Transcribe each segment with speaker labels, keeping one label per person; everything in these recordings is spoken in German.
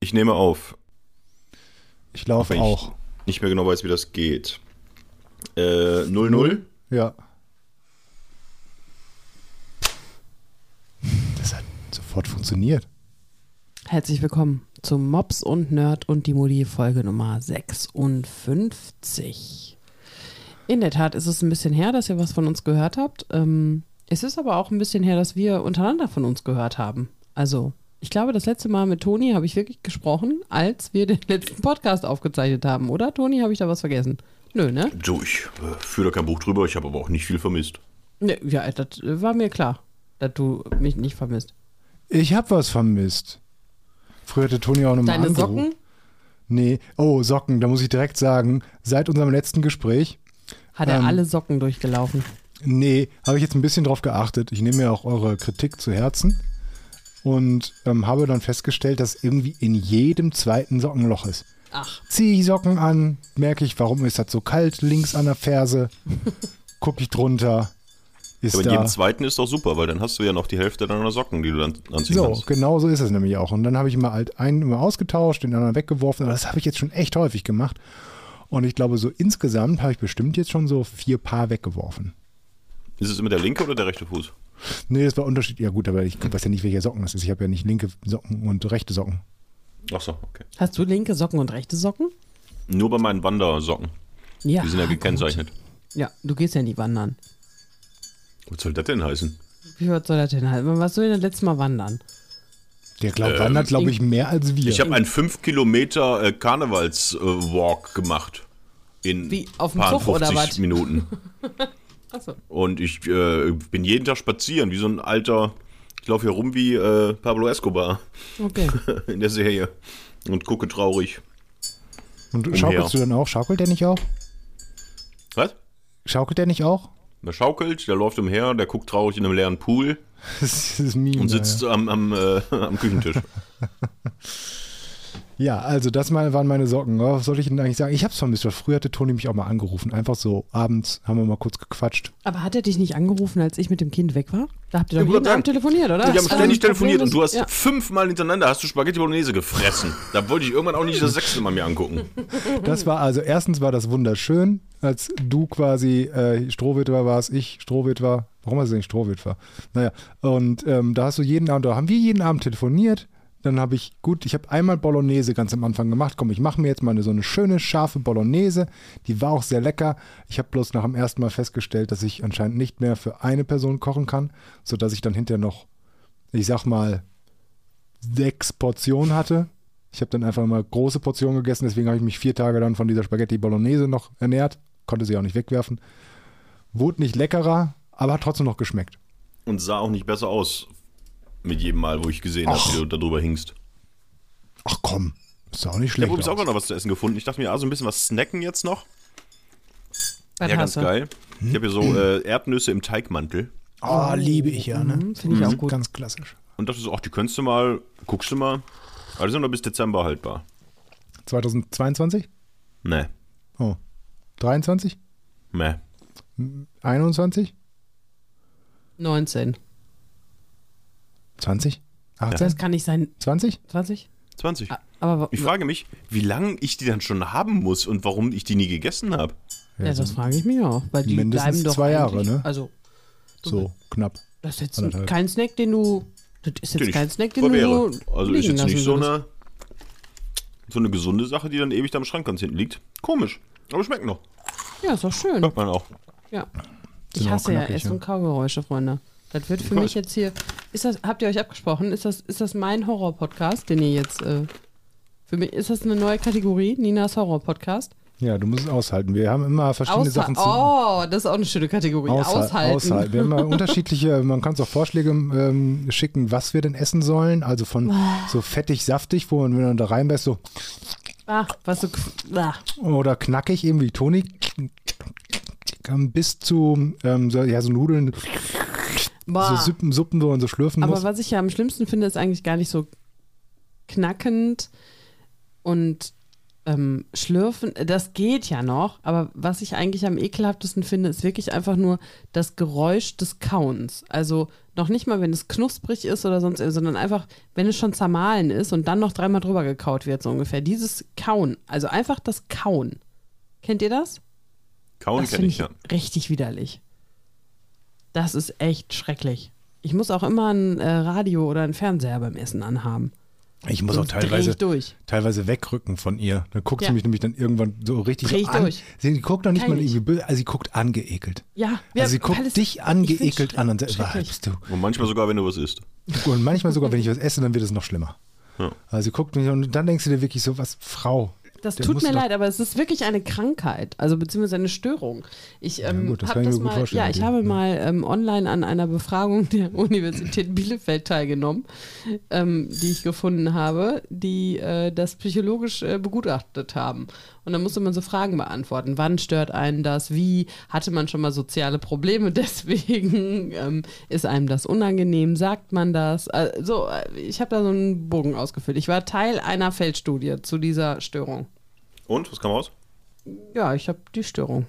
Speaker 1: Ich nehme auf.
Speaker 2: Ich laufe
Speaker 1: wenn ich-
Speaker 2: auch.
Speaker 1: Nicht mehr genau weiß, wie das geht. Äh, 0-0.
Speaker 2: Ja. Das hat sofort funktioniert.
Speaker 3: Herzlich willkommen zum Mops und Nerd und die Modi Folge Nummer 56. In der Tat ist es ein bisschen her, dass ihr was von uns gehört habt. Ähm, es ist aber auch ein bisschen her, dass wir untereinander von uns gehört haben. Also, ich glaube, das letzte Mal mit Toni habe ich wirklich gesprochen, als wir den letzten Podcast aufgezeichnet haben, oder? Toni, habe ich da was vergessen? Nö, ne?
Speaker 1: Du, ich äh, führe da kein Buch drüber, ich habe aber auch nicht viel vermisst.
Speaker 3: ne ja, das äh, war mir klar, dass du mich nicht vermisst.
Speaker 2: Ich habe was vermisst. Früher hatte Toni auch nochmal
Speaker 3: Deine
Speaker 2: angerufen.
Speaker 3: Socken?
Speaker 2: Nee, oh, Socken, da muss ich direkt sagen, seit unserem letzten Gespräch,
Speaker 3: Hat er
Speaker 2: Ähm,
Speaker 3: alle Socken durchgelaufen?
Speaker 2: nee, habe ich jetzt ein bisschen drauf geachtet. Ich nehme mir auch eure Kritik zu Herzen und ähm, habe dann festgestellt, dass irgendwie in jedem zweiten Sockenloch ist.
Speaker 3: Ach.
Speaker 2: Ziehe ich Socken an, merke ich, warum ist das so kalt, links an der Ferse, gucke ich drunter, ist
Speaker 1: Aber in
Speaker 2: da.
Speaker 1: jedem zweiten ist doch super, weil dann hast du ja noch die Hälfte deiner Socken, die du dann anziehen
Speaker 2: So,
Speaker 1: kannst.
Speaker 2: genau so ist es nämlich auch. Und dann habe ich mal alt einen immer ausgetauscht, den anderen weggeworfen. Aber das habe ich jetzt schon echt häufig gemacht. Und ich glaube, so insgesamt habe ich bestimmt jetzt schon so vier Paar weggeworfen.
Speaker 1: Ist es immer der linke oder der rechte Fuß?
Speaker 2: Nee, das war unterschiedlich. Ja gut, aber ich weiß ja nicht, welche Socken das ist. Ich habe ja nicht linke Socken und rechte Socken.
Speaker 1: Ach so, okay.
Speaker 3: Hast du linke Socken und rechte Socken?
Speaker 1: Nur bei meinen Wandersocken.
Speaker 3: Ja.
Speaker 1: Die sind ja gekennzeichnet.
Speaker 3: Gut. Ja, du gehst ja nie wandern.
Speaker 1: Was soll das denn heißen?
Speaker 3: Wie weit soll das denn halten? Wann warst du denn das letzte Mal wandern?
Speaker 2: Der glaub, wandert, glaube ich, mehr als wir.
Speaker 1: Ähm, Ich habe einen 5 Kilometer äh, Karnevals-Walk gemacht. In
Speaker 3: Wie, auf dem
Speaker 1: paar
Speaker 3: Zug oder
Speaker 1: 50
Speaker 3: was?
Speaker 1: Minuten.
Speaker 3: Achso.
Speaker 1: Und ich äh, bin jeden Tag spazieren, wie so ein alter. Ich laufe hier rum wie äh, Pablo Escobar
Speaker 3: Okay.
Speaker 1: in der Serie und gucke traurig.
Speaker 2: und schaukelst
Speaker 1: umher.
Speaker 2: du dann auch? Schaukelt der nicht auch?
Speaker 1: Was?
Speaker 2: Schaukelt der nicht auch?
Speaker 1: Der schaukelt, der läuft umher, der guckt traurig in einem leeren Pool
Speaker 2: Das ist Meme.
Speaker 1: und sitzt am, am, äh, am Küchentisch.
Speaker 2: Ja, also das mal waren meine Socken. Was soll ich denn eigentlich sagen? Ich habe es vermisst, weil früher hatte Toni mich auch mal angerufen. Einfach so abends haben wir mal kurz gequatscht.
Speaker 3: Aber hat er dich nicht angerufen, als ich mit dem Kind weg war? Da habt ihr doch
Speaker 1: Ich
Speaker 3: jeden
Speaker 1: wollte
Speaker 3: Abend
Speaker 1: sagen,
Speaker 3: telefoniert, oder?
Speaker 1: Wir haben
Speaker 3: Also,
Speaker 1: ständig
Speaker 3: das Problem
Speaker 1: telefoniert und du hast
Speaker 3: ist- Ja.
Speaker 1: fünfmal hintereinander hast du Spaghetti Bolognese gefressen. da wollte ich irgendwann auch nicht das sechste Mal mir angucken.
Speaker 2: Das war also, erstens war das wunderschön, als du quasi äh, Strohwitwer warst, ich Strohwitwer. Warum heißt es nicht Strohwitwer? Naja, und ähm, da hast du jeden Abend, da haben wir jeden Abend telefoniert. Dann habe ich, gut, ich habe einmal Bolognese ganz am Anfang gemacht. Komm, ich mache mir jetzt mal eine, so eine schöne, scharfe Bolognese. Die war auch sehr lecker. Ich habe bloß nach dem ersten Mal festgestellt, dass ich anscheinend nicht mehr für eine Person kochen kann, sodass ich dann hinterher noch, ich sag mal, sechs Portionen hatte. Ich habe dann einfach immer große Portionen gegessen, deswegen habe ich mich vier Tage dann von dieser Spaghetti Bolognese noch ernährt. Konnte sie auch nicht wegwerfen. Wurde nicht leckerer, aber hat trotzdem noch geschmeckt.
Speaker 1: Und sah auch nicht besser aus mit jedem Mal, wo ich gesehen habe,
Speaker 2: Och.
Speaker 1: wie du da drüber hingst.
Speaker 2: Ach komm, ist auch nicht
Speaker 1: Ich
Speaker 2: schlecht.
Speaker 1: habe übrigens auch
Speaker 2: aus.
Speaker 1: noch was zu essen gefunden. Ich dachte mir, ah, so ein bisschen was snacken jetzt noch.
Speaker 3: Was
Speaker 1: ja, ganz
Speaker 3: hast du? Hm.
Speaker 1: geil. Ich habe hier so äh, Erdnüsse im Teigmantel
Speaker 2: Oh, liebe ich ja, ne?
Speaker 3: Mhm, Finde ich auch gut.
Speaker 2: Ganz klassisch.
Speaker 1: und dachte so, ach, die könntest du mal, guckst du mal. Aber die sind noch bis Dezember haltbar.
Speaker 2: 2022?
Speaker 1: Nee,
Speaker 2: Oh. 23?
Speaker 1: nee.
Speaker 2: 21?
Speaker 3: 19.
Speaker 2: 20?
Speaker 3: Das
Speaker 2: 18?
Speaker 3: kann nicht sein.
Speaker 2: 20?
Speaker 3: 20?
Speaker 1: 20.
Speaker 3: Ah, Aber wa-
Speaker 1: Ich frage mich, wie lange ich die dann schon haben muss und warum ich die nie gegessen habe.
Speaker 3: ja, das frage ich mich auch. Weil die
Speaker 2: mindestens
Speaker 3: bleiben doch
Speaker 2: zwei Jahre,
Speaker 3: eigentlich-
Speaker 2: ne?
Speaker 3: Also,
Speaker 2: So, knapp.
Speaker 3: das ist jetzt
Speaker 2: Anderthalb.
Speaker 3: kein Snack, den du. Das ist jetzt kein Snack, den
Speaker 1: Verwehre.
Speaker 3: du so
Speaker 1: Also ist
Speaker 3: liegen
Speaker 1: jetzt nicht
Speaker 3: lassen
Speaker 1: so
Speaker 3: würdest.
Speaker 1: eine, so eine gesunde Sache, die dann ewig da im Schrank ganz hinten liegt. Komisch. Aber schmeckt noch.
Speaker 3: Ja, ist doch schön.
Speaker 1: Hört man auch.
Speaker 3: Ja.
Speaker 2: Sind
Speaker 3: Ich
Speaker 2: auch
Speaker 3: hasse ja
Speaker 2: knackig,
Speaker 3: Ess-
Speaker 2: ja.
Speaker 3: und Kaugeräusche, Freunde. Das wird für
Speaker 1: Ich
Speaker 3: mich
Speaker 1: weiß.
Speaker 3: jetzt hier. Ist das, habt ihr euch abgesprochen? Ist das, ist das mein Horror-Podcast, den ihr jetzt. Äh, für mich ist das eine neue Kategorie, Ninas Horror-Podcast.
Speaker 2: Ja, du musst es aushalten. Wir haben immer verschiedene
Speaker 3: Ausha-
Speaker 2: Sachen zu.
Speaker 3: Oh, das ist auch eine schöne Kategorie.
Speaker 2: Aushal-
Speaker 3: Aushalten.
Speaker 2: aushalten. Wir haben mal unterschiedliche, man kann uns auch Vorschläge ähm, schicken, was wir denn essen sollen. Also von so fettig, saftig, wo man, wenn man da reinbeißt, so
Speaker 3: Ah, was so. Ah.
Speaker 2: oder knackig, eben wie Toni, ähm, bis zu ähm, so, ja, so Nudeln, so
Speaker 3: Boah.
Speaker 2: Suppen, Suppen, wo man so schlürfen
Speaker 3: Aber
Speaker 2: muss.
Speaker 3: was ich ja am schlimmsten finde, ist eigentlich gar nicht so knackend und ähm, schlürfen, das geht ja noch, aber was ich eigentlich am ekelhaftesten finde, ist wirklich einfach nur das Geräusch des Kauens. Also noch nicht mal, wenn es knusprig ist oder sonst, sondern einfach, wenn es schon zermahlen ist und dann noch dreimal drüber gekaut wird, so ungefähr. Dieses Kauen, also einfach das Kauen. Kennt ihr das?
Speaker 1: Kauen
Speaker 3: das
Speaker 1: kenne
Speaker 3: finde
Speaker 1: ich
Speaker 3: ich
Speaker 1: ja.
Speaker 3: richtig widerlich. Das ist echt schrecklich. Ich muss auch immer ein äh, Radio oder ein Fernseher beim Essen anhaben.
Speaker 2: Ich muss auch
Speaker 3: Sonst dreh
Speaker 2: teilweise,
Speaker 3: ich durch.
Speaker 2: teilweise wegrücken von ihr. Dann guckt sie
Speaker 3: Ja.
Speaker 2: mich nämlich dann irgendwann so richtig
Speaker 3: Dreh
Speaker 2: so
Speaker 3: ich
Speaker 2: an.
Speaker 3: durch.
Speaker 2: Sie guckt noch nicht
Speaker 3: Kann
Speaker 2: mal
Speaker 3: ich.
Speaker 2: irgendwie böse, also sie guckt angeekelt.
Speaker 3: Ja, ja,
Speaker 2: Also sie
Speaker 3: weil es-
Speaker 2: guckt
Speaker 3: ich
Speaker 2: dich
Speaker 3: find's
Speaker 2: angeekelt an und sagt,
Speaker 3: schrecklich.
Speaker 2: "Wer bist du?
Speaker 1: Und manchmal sogar, wenn du was isst.
Speaker 2: Und manchmal sogar, wenn ich was esse, dann wird es noch schlimmer. Also sie guckt mich und dann denkst du dir wirklich so, was, Frau?
Speaker 3: Das
Speaker 2: der
Speaker 3: tut
Speaker 2: muss
Speaker 3: mir
Speaker 2: doch-
Speaker 3: leid, aber es ist wirklich eine Krankheit, also beziehungsweise eine Störung. Ich ähm,
Speaker 2: gut, das
Speaker 3: habe
Speaker 2: kann ich
Speaker 3: das
Speaker 2: mir gut
Speaker 3: mal,
Speaker 2: vorstellen,
Speaker 3: ja, ich
Speaker 2: die-
Speaker 3: habe
Speaker 2: ja.
Speaker 3: mal ähm, online an einer Befragung der Universität Bielefeld teilgenommen, ähm, die ich gefunden habe, die äh, das psychologisch äh, begutachtet haben. Und da musste man so Fragen beantworten. Wann stört einen das? Wie? Hatte man schon mal soziale Probleme? Deswegen ähm, ist einem das unangenehm? Sagt man das? Äh, so, äh, ich habe da so einen Bogen ausgefüllt. Ich war Teil einer Feldstudie zu dieser Störung.
Speaker 1: Und? Was kam raus?
Speaker 3: Ja, ich habe die Störung.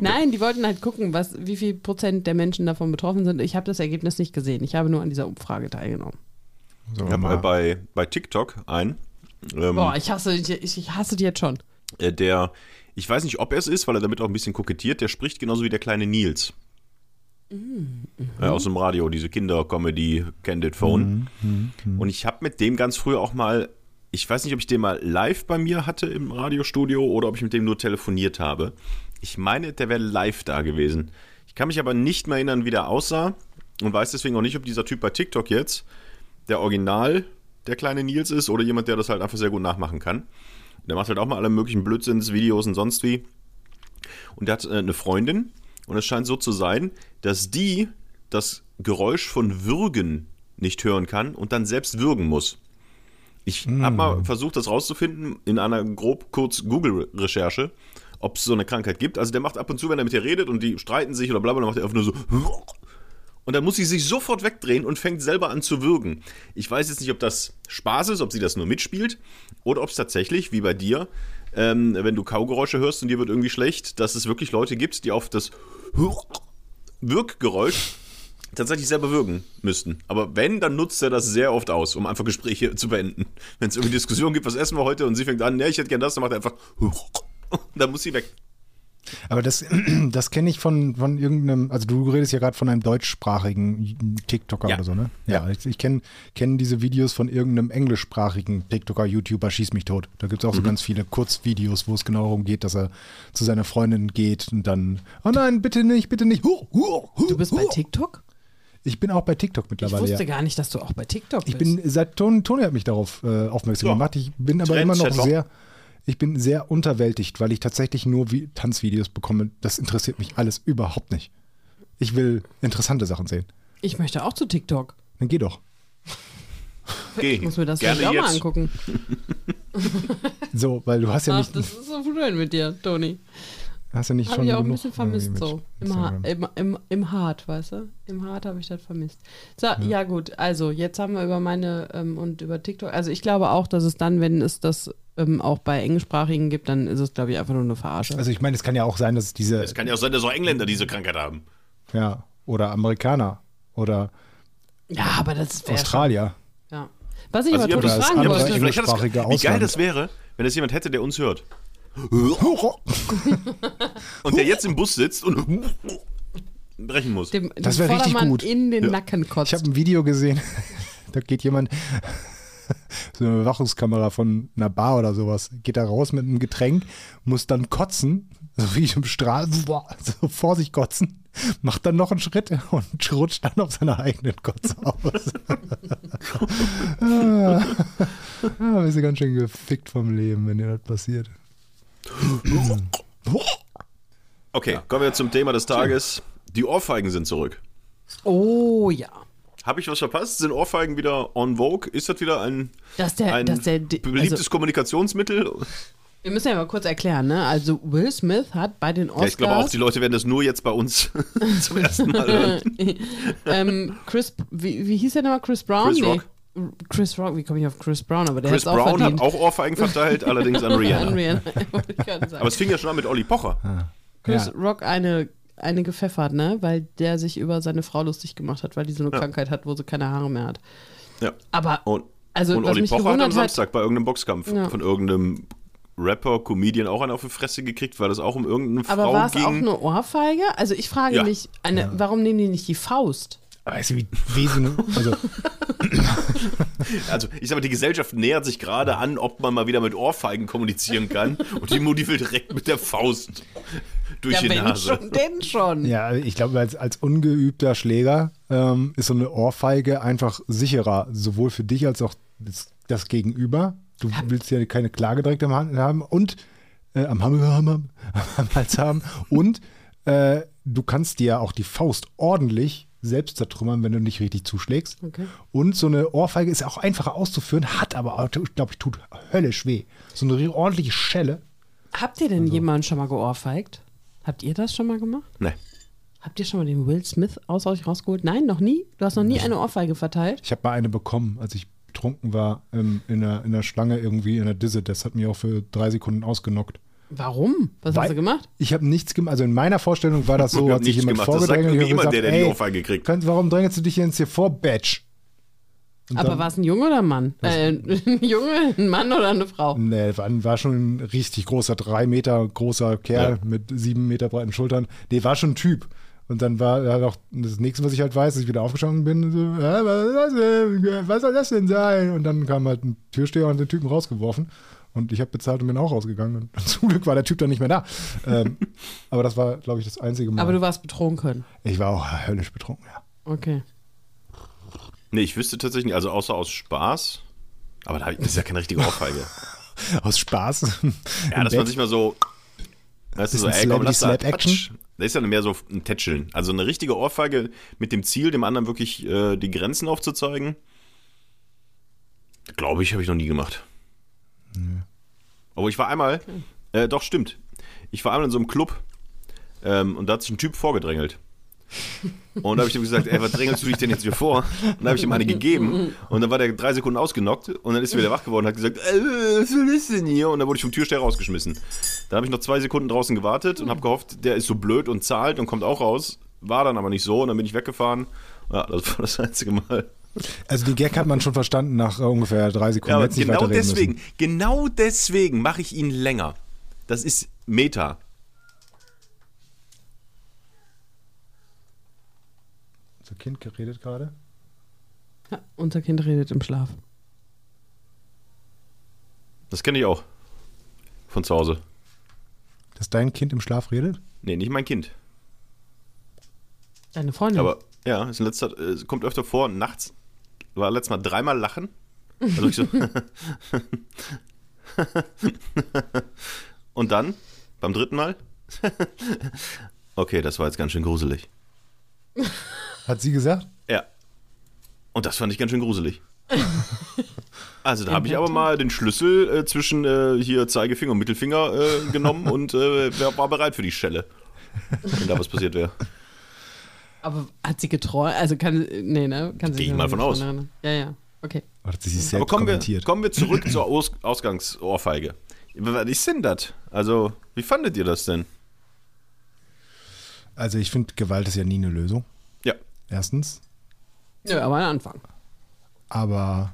Speaker 3: Nein, die wollten halt gucken, was, wie viel Prozent der Menschen davon betroffen sind. Ich habe das Ergebnis nicht gesehen. Ich habe nur an dieser Umfrage teilgenommen.
Speaker 2: So,
Speaker 1: Ich habe mal
Speaker 2: mal.
Speaker 1: Äh, bei, bei TikTok einen, ähm,
Speaker 3: Boah, ich hasse, ich, ich hasse die jetzt schon.
Speaker 1: äh, der, ich weiß nicht, ob er es ist, weil er damit auch ein bisschen kokettiert, der spricht genauso wie der kleine Nils. Äh, aus dem Radio, diese Kinder-Comedy Candid Phone. Und ich habe mit dem ganz früher auch mal, ich weiß nicht, ob ich den mal live bei mir hatte im Radiostudio oder ob ich mit dem nur telefoniert habe. Ich meine, der wäre live da gewesen. Ich kann mich aber nicht mehr erinnern, wie der aussah und weiß deswegen auch nicht, ob dieser Typ bei TikTok jetzt der Original der kleine Nils ist oder jemand, der das halt einfach sehr gut nachmachen kann. Der macht halt auch mal alle möglichen Blödsinnsvideos und sonst wie. Und der hat äh, eine Freundin. Und es scheint so zu sein, dass die das Geräusch von Würgen nicht hören kann und dann selbst würgen muss. Ich habe mal versucht, das rauszufinden in einer grob kurz Google-Recherche, ob es so eine Krankheit gibt. Also der macht ab und zu, wenn er mit ihr redet und die streiten sich oder bla bla, dann macht er einfach nur so. Und dann muss sie sich sofort wegdrehen und fängt selber an zu würgen. Ich weiß jetzt nicht, ob das Spaß ist, ob sie das nur mitspielt oder ob es tatsächlich, wie bei dir, ähm, wenn du Kaugeräusche hörst und dir wird irgendwie schlecht, dass es wirklich Leute gibt, die auf das Würggeräusch tatsächlich selber würgen müssten. Aber wenn, dann nutzt er das sehr oft aus, um einfach Gespräche zu beenden. Wenn es irgendwie Diskussionen gibt, was essen wir heute und sie fängt an, ne, ich hätte gern das, dann macht er einfach dann muss sie weg.
Speaker 2: Aber das, das kenne ich von, von irgendeinem, also du redest ja gerade von einem deutschsprachigen TikToker
Speaker 1: Ja.
Speaker 2: oder so, ne? Ja, ich, ich kenne kenn diese Videos von irgendeinem englischsprachigen TikToker, YouTuber, schieß mich tot. Da gibt es auch so ganz viele Kurzvideos, wo es genau darum geht, dass er zu seiner Freundin geht und dann, oh nein, bitte nicht, bitte nicht. Huh, huh, huh,
Speaker 3: Du bist bei
Speaker 2: huh.
Speaker 3: TikTok?
Speaker 2: Ich bin auch bei TikTok
Speaker 3: Ich
Speaker 2: mittlerweile, ja.
Speaker 3: wusste gar nicht, dass du auch bei TikTok bist.
Speaker 2: Ich bin seit Toni, Toni hat mich darauf äh, aufmerksam
Speaker 1: Ja.
Speaker 2: gemacht. Ich bin aber immer noch
Speaker 1: Trendsetter.
Speaker 2: sehr, ich bin sehr unterwältigt, weil ich tatsächlich nur wie Tanzvideos bekomme. Das interessiert mich alles überhaupt nicht. Ich will interessante Sachen sehen.
Speaker 3: ich möchte auch zu TikTok.
Speaker 2: Dann geh doch.
Speaker 1: Geh.
Speaker 3: Ich muss mir das
Speaker 1: Gerne
Speaker 3: vielleicht auch mal
Speaker 1: jetzt.
Speaker 3: angucken.
Speaker 2: So, weil du hast ja
Speaker 3: Ach,
Speaker 2: nicht,
Speaker 3: das ist so schön mit dir, Toni.
Speaker 2: hast ja nicht
Speaker 3: Habe
Speaker 2: schon
Speaker 3: ich auch ein
Speaker 2: genug
Speaker 3: bisschen vermisst,
Speaker 2: irgendwie mit
Speaker 3: so. Im, ha
Speaker 2: Instagram.
Speaker 3: im, im, Im Hart, weißt du? Im Hart habe ich das vermisst. So, ja. gut. Also, jetzt haben wir über meine ähm, und über TikTok. Also, ich glaube auch, dass es dann, wenn es das ähm, auch bei Englischsprachigen gibt, dann ist es, glaube ich, einfach nur eine Verarsche.
Speaker 2: Also ich meine, es kann ja auch sein, dass diese,
Speaker 1: Es kann ja auch sein, dass auch Engländer diese Krankheit haben.
Speaker 2: ja, oder Amerikaner oder
Speaker 3: ja, aber das wäre. schon-
Speaker 2: Australier.
Speaker 3: Ja. Was ich aber
Speaker 1: ihr habt
Speaker 3: Toni
Speaker 2: Also das
Speaker 3: fragen
Speaker 2: andere-
Speaker 1: Also, das-
Speaker 3: wollte.
Speaker 2: Englisch-
Speaker 1: vielleicht hat das-
Speaker 2: englischsprachige
Speaker 1: Wie geil
Speaker 2: Ausland.
Speaker 1: das wäre, wenn das jemand hätte, der uns hört. Und der jetzt im Bus sitzt und brechen muss.
Speaker 3: Dem,
Speaker 2: Das
Speaker 3: dem
Speaker 2: wär richtig
Speaker 3: Vordermann
Speaker 2: gut.
Speaker 3: in den
Speaker 1: Ja.
Speaker 3: Nacken kotzt.
Speaker 2: Ich habe ein Video gesehen, da geht jemand, so eine Überwachungskamera von einer Bar oder sowas, geht da raus mit einem Getränk, muss dann kotzen, so wie im Strahl, boah, so vor sich kotzen, macht dann noch einen Schritt und rutscht dann auf seiner eigenen Kotze aus. ah, ah, bist du ganz schön gefickt vom Leben, wenn dir das passiert.
Speaker 1: Okay, kommen wir zum Thema des Tages. Die Ohrfeigen sind zurück.
Speaker 3: oh ja.
Speaker 1: Habe ich was verpasst? Sind Ohrfeigen wieder on vogue? Ist das wieder ein,
Speaker 3: Dass der,
Speaker 1: ein
Speaker 3: dass der,
Speaker 1: beliebtes
Speaker 3: also,
Speaker 1: Kommunikationsmittel?
Speaker 3: wir müssen ja mal kurz erklären, ne? Also Will Smith hat bei den Oscars
Speaker 1: Ja, ich glaube auch, die Leute werden das nur jetzt bei uns zum ersten Mal hören.
Speaker 3: ähm, Chris, wie, wie hieß der nochmal? Chris Brown?
Speaker 1: Chris Rock.
Speaker 3: Chris Rock, wie komme ich auf Chris Brown? Aber der
Speaker 1: Chris
Speaker 3: hat's auch
Speaker 1: Brown
Speaker 3: verdient.
Speaker 1: hat auch Ohrfeigen verteilt, allerdings an Rihanna.
Speaker 3: An Rihanna, wollte ich gerade sagen.
Speaker 1: Aber es fing ja schon an mit Olli Pocher.
Speaker 3: Chris
Speaker 2: Ja.
Speaker 3: Rock eine, eine gepfeffert, ne? Weil der sich über seine Frau lustig gemacht hat, weil die so eine
Speaker 1: Ja.
Speaker 3: Krankheit hat, wo sie keine Haare mehr hat.
Speaker 1: Ja.
Speaker 3: Aber,
Speaker 1: Und,
Speaker 3: also,
Speaker 1: und
Speaker 3: was
Speaker 1: Olli
Speaker 3: mich
Speaker 1: Pocher hat am
Speaker 3: gewundert hat,
Speaker 1: Samstag bei irgendeinem Boxkampf
Speaker 3: Ja.
Speaker 1: von irgendeinem Rapper, Comedian auch einen auf die Fresse gekriegt, weil das auch um irgendeine
Speaker 3: aber war
Speaker 1: Frau
Speaker 3: es auch
Speaker 1: ging.
Speaker 3: eine Ohrfeige? Also, ich frage
Speaker 1: Ja.
Speaker 3: mich, eine, warum nehmen die nicht die Faust?
Speaker 2: Weißt du, wie, wie so eine, also,
Speaker 1: Also, ich sag mal, die Gesellschaft nähert sich gerade an, ob man mal wieder mit Ohrfeigen kommunizieren kann. und die Mutti will direkt mit der Faust durch die
Speaker 3: ja, wenn
Speaker 1: Nase.
Speaker 3: schon, denn schon.
Speaker 2: ja, ich glaube, als, als ungeübter Schläger ähm, ist so eine Ohrfeige einfach sicherer, sowohl für dich als auch das, das Gegenüber. Du willst ja keine Klage direkt am Hand haben und äh, am Hammer am, am, am Hals haben und äh, du kannst dir ja auch die Faust ordentlich selbst zertrümmern, wenn du nicht richtig zuschlägst.
Speaker 3: Okay.
Speaker 2: Und so eine Ohrfeige ist auch einfacher auszuführen, hat aber, auch, glaube ich, tut höllisch weh. So eine ordentliche Schelle.
Speaker 3: Habt ihr denn
Speaker 2: Also.
Speaker 3: jemanden schon mal geohrfeigt? Habt ihr das schon mal gemacht?
Speaker 1: Nee.
Speaker 3: Habt ihr schon mal den Will Smith aus euch rausgeholt? Nein, noch nie? Du hast noch nie eine Ohrfeige verteilt?
Speaker 2: Ich habe mal eine bekommen, als ich betrunken war ähm, in, einer, in einer Schlange irgendwie in der Disse. Das hat mich auch für drei Sekunden ausgenockt.
Speaker 3: Warum? Was
Speaker 2: Weil-
Speaker 3: hast du gemacht?
Speaker 2: Ich habe nichts gemacht. Also in meiner Vorstellung war das so,
Speaker 1: Ich hab
Speaker 2: hat sich
Speaker 1: nichts
Speaker 2: jemand
Speaker 1: gemacht. Das sagt
Speaker 2: vorgedrängelt. und
Speaker 1: irgendwie
Speaker 2: ich
Speaker 1: jemand,
Speaker 2: hab
Speaker 1: der, der die
Speaker 2: "Ey,
Speaker 1: Ohrfeige kriegt."
Speaker 2: Könnt, warum drängelst du dich jetzt hier vor, Batch? Und
Speaker 3: Aber
Speaker 2: dann-
Speaker 3: war es ein Junge oder ein Mann? Äh, ein Junge, ein Mann oder eine Frau?
Speaker 2: Nee, war, war schon ein richtig großer, drei Meter großer Kerl mit sieben Meter breiten Schultern. Nee, war schon ein Typ. Und dann war halt auch das nächste, was ich halt weiß, dass ich wieder aufgestanden bin. So, "Hä, was, soll das denn? was soll das denn sein? Und dann kam halt ein Türsteher und hat den Typen rausgeworfen. Und ich habe bezahlt und bin auch rausgegangen. Und zum Glück war der Typ dann nicht mehr da. ähm, aber das war, glaube ich, das einzige Mal.
Speaker 3: Aber du warst betrunken.
Speaker 2: ich war auch höllisch betrunken, ja.
Speaker 3: Okay.
Speaker 1: Nee, ich wüsste tatsächlich nicht, also außer aus Spaß. Aber da, das ist ja keine richtige Ohrfeige.
Speaker 2: Aus Spaß.
Speaker 1: Ja, dass man sich mal so. Weißt du, so,
Speaker 2: Bisschen
Speaker 1: ey, komm,
Speaker 2: Celebrity
Speaker 1: lass da.
Speaker 2: Slap
Speaker 1: Patsch.
Speaker 2: Action.
Speaker 1: Das ist ja mehr so ein Tätscheln. Also eine richtige Ohrfeige mit dem Ziel, dem anderen wirklich äh, die Grenzen aufzuzeigen. Glaube ich, habe ich noch nie gemacht. Aber ich war einmal. Äh, doch, stimmt. Ich war einmal in so einem Club ähm, und da hat sich ein Typ vorgedrängelt. Und da habe ich ihm gesagt, ey, was drängelst du dich denn jetzt hier vor? Und da habe ich ihm eine gegeben. Und dann war der drei Sekunden ausgenockt. Und dann ist er wieder wach geworden und hat gesagt, äh, was ist denn hier? Und dann wurde ich vom Türsteher rausgeschmissen. Dann habe ich noch zwei Sekunden draußen gewartet und habe gehofft, der ist so blöd und zahlt und kommt auch raus. War dann aber nicht so. Und dann bin ich weggefahren. Ja, das war das einzige Mal.
Speaker 2: Also den Gag hat man schon verstanden nach äh, ungefähr drei Sekunden.
Speaker 1: Ja, aber
Speaker 2: Hättest nicht
Speaker 1: genau
Speaker 2: weiterreden müssen.
Speaker 1: deswegen, genau deswegen mache ich ihn länger. Das ist Meta.
Speaker 2: Unser Kind geredet gerade.
Speaker 3: Ja, unser Kind redet im Schlaf.
Speaker 1: Das kenne ich auch. Von zu Hause.
Speaker 2: Dass dein Kind im Schlaf redet?
Speaker 1: Nee, nicht mein Kind.
Speaker 3: Deine Freundin.
Speaker 1: Aber ja, ist in letzter, äh, es kommt öfter vor, nachts war letztes Mal dreimal lachen. Also ich so. Und dann, beim dritten Mal. okay, das war jetzt ganz schön gruselig.
Speaker 2: Hat sie gesagt?
Speaker 1: Ja. Und das fand ich ganz schön gruselig. Also da habe ich aber mal den Schlüssel äh, zwischen äh, hier Zeigefinger und Mittelfinger äh, genommen und äh, wer war bereit für die Schelle, wenn da was passiert wäre.
Speaker 3: Aber hat sie geträumt? Also kann nee, ne? Kann sie
Speaker 1: Gehe ich
Speaker 3: sich
Speaker 1: mal
Speaker 3: noch
Speaker 1: von
Speaker 3: nicht
Speaker 1: aus.
Speaker 3: erinnern. Ja, ja. Okay.
Speaker 2: Hat sie sich selbst
Speaker 1: Aber kommen wir,
Speaker 2: kommentiert?
Speaker 1: kommen wir zurück zur Aus Ausgangsohrfeige. Was ist denn das? Also, wie fandet ihr das denn?
Speaker 2: Also ich finde, Gewalt ist ja nie eine Lösung.
Speaker 1: Ja.
Speaker 2: Erstens.
Speaker 3: Nö, aber ein Anfang.
Speaker 2: Aber